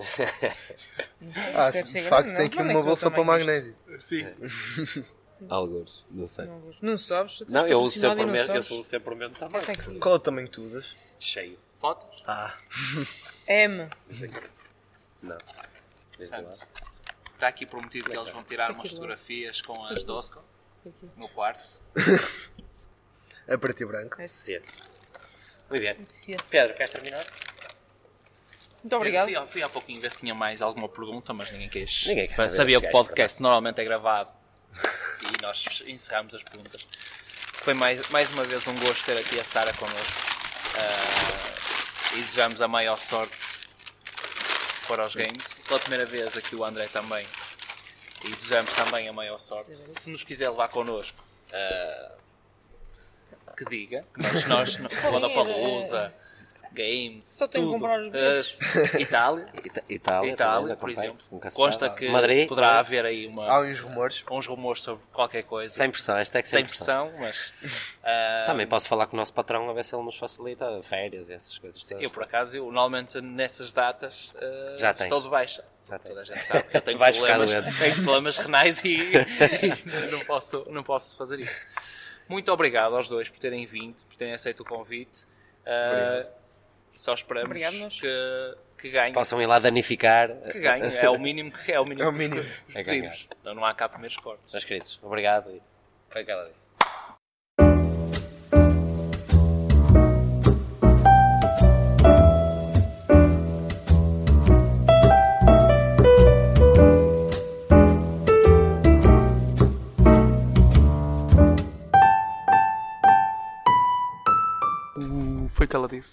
Speaker 4: Ah,
Speaker 3: Deve ser grande,
Speaker 4: de facto, tem
Speaker 3: não?
Speaker 4: aqui
Speaker 3: Qual é
Speaker 4: uma
Speaker 3: que
Speaker 4: bolsa
Speaker 3: são
Speaker 4: para o
Speaker 3: tamanhos?
Speaker 4: magnésio.
Speaker 2: Sim,
Speaker 1: Alguns, não sei.
Speaker 3: Não, gosto. não sabes?
Speaker 1: Não, eu uso sempre o
Speaker 3: o
Speaker 1: mesmo, eu um uso sempre o mesmo tamanho.
Speaker 4: Qual é o tamanho que tu usas?
Speaker 1: Cheio.
Speaker 2: Fotos?
Speaker 4: Ah,
Speaker 3: M.
Speaker 1: Não. Desde lá.
Speaker 2: Está aqui prometido que eles vão tirar umas fotografias com as Dosco no quarto.
Speaker 4: é preto e branco.
Speaker 1: Cedo. Muito bem.
Speaker 3: Cedo.
Speaker 1: Pedro, queres terminar?
Speaker 3: Muito obrigado.
Speaker 2: Fui, há- fui há pouquinho ver se tinha mais alguma pergunta, mas ninguém quis.
Speaker 1: Ninguém quer
Speaker 2: Mas
Speaker 1: saber
Speaker 2: Sabia
Speaker 1: desses
Speaker 2: que o
Speaker 1: gajos,
Speaker 2: podcast normalmente é gravado e nós encerramos as perguntas. Foi mais, mais uma vez um gosto ter aqui a Sara connosco. Ah, e desejamos a maior sorte para os games. Pela primeira vez aqui o André também. E desejamos também a maior sorte. Se nos quiser levar connosco, ah, que diga. que Nós, nós, nós Palusa, Games,
Speaker 3: Só tenho que
Speaker 2: tudo.
Speaker 3: comprar os bilhetes.
Speaker 2: Ah, Itália,
Speaker 1: Ita- Itália,
Speaker 2: Itália,
Speaker 1: também,
Speaker 2: por
Speaker 1: acompanho,
Speaker 2: exemplo.
Speaker 1: nunca se
Speaker 2: Consta
Speaker 1: sabe.
Speaker 2: que
Speaker 1: Madrid, ah,
Speaker 2: poderá haver aí
Speaker 4: Há
Speaker 2: uma,
Speaker 4: uns rumores.
Speaker 2: uns rumores sobre qualquer coisa.
Speaker 1: sem pressão, hashtag
Speaker 2: Sem
Speaker 1: sem pressão.
Speaker 2: pressão, mas. ah,
Speaker 1: Também posso falar com o nosso patrão a ver se ele nos facilita férias e essas coisas. todas.
Speaker 2: eu, por acaso, eu, normalmente nessas datas ah,
Speaker 1: Já tens.
Speaker 2: estou de baixa.
Speaker 1: Já
Speaker 2: Toda a
Speaker 1: tens.
Speaker 2: gente sabe que eu tenho,
Speaker 1: Vais ficar
Speaker 2: problemas,
Speaker 1: doente.
Speaker 2: tenho problemas renais e, e não, posso, não posso fazer isso. Muito obrigado aos dois por terem vindo, por terem aceito o convite. Ah, só esperamos
Speaker 3: Obrigado, nós.
Speaker 2: que, que ganhem.
Speaker 1: Possam ir lá danificar. eh,
Speaker 2: Que ganhem. É o mínimo que é o mínimo.
Speaker 4: É o
Speaker 2: que
Speaker 4: mínimo.
Speaker 2: os- os
Speaker 1: É ganhar.
Speaker 2: pedimos. Não, não há cá primeiros cortes.
Speaker 1: Meus queridos, obrigado. e Foi o que ela disse.
Speaker 5: O- Foi o que ela disse.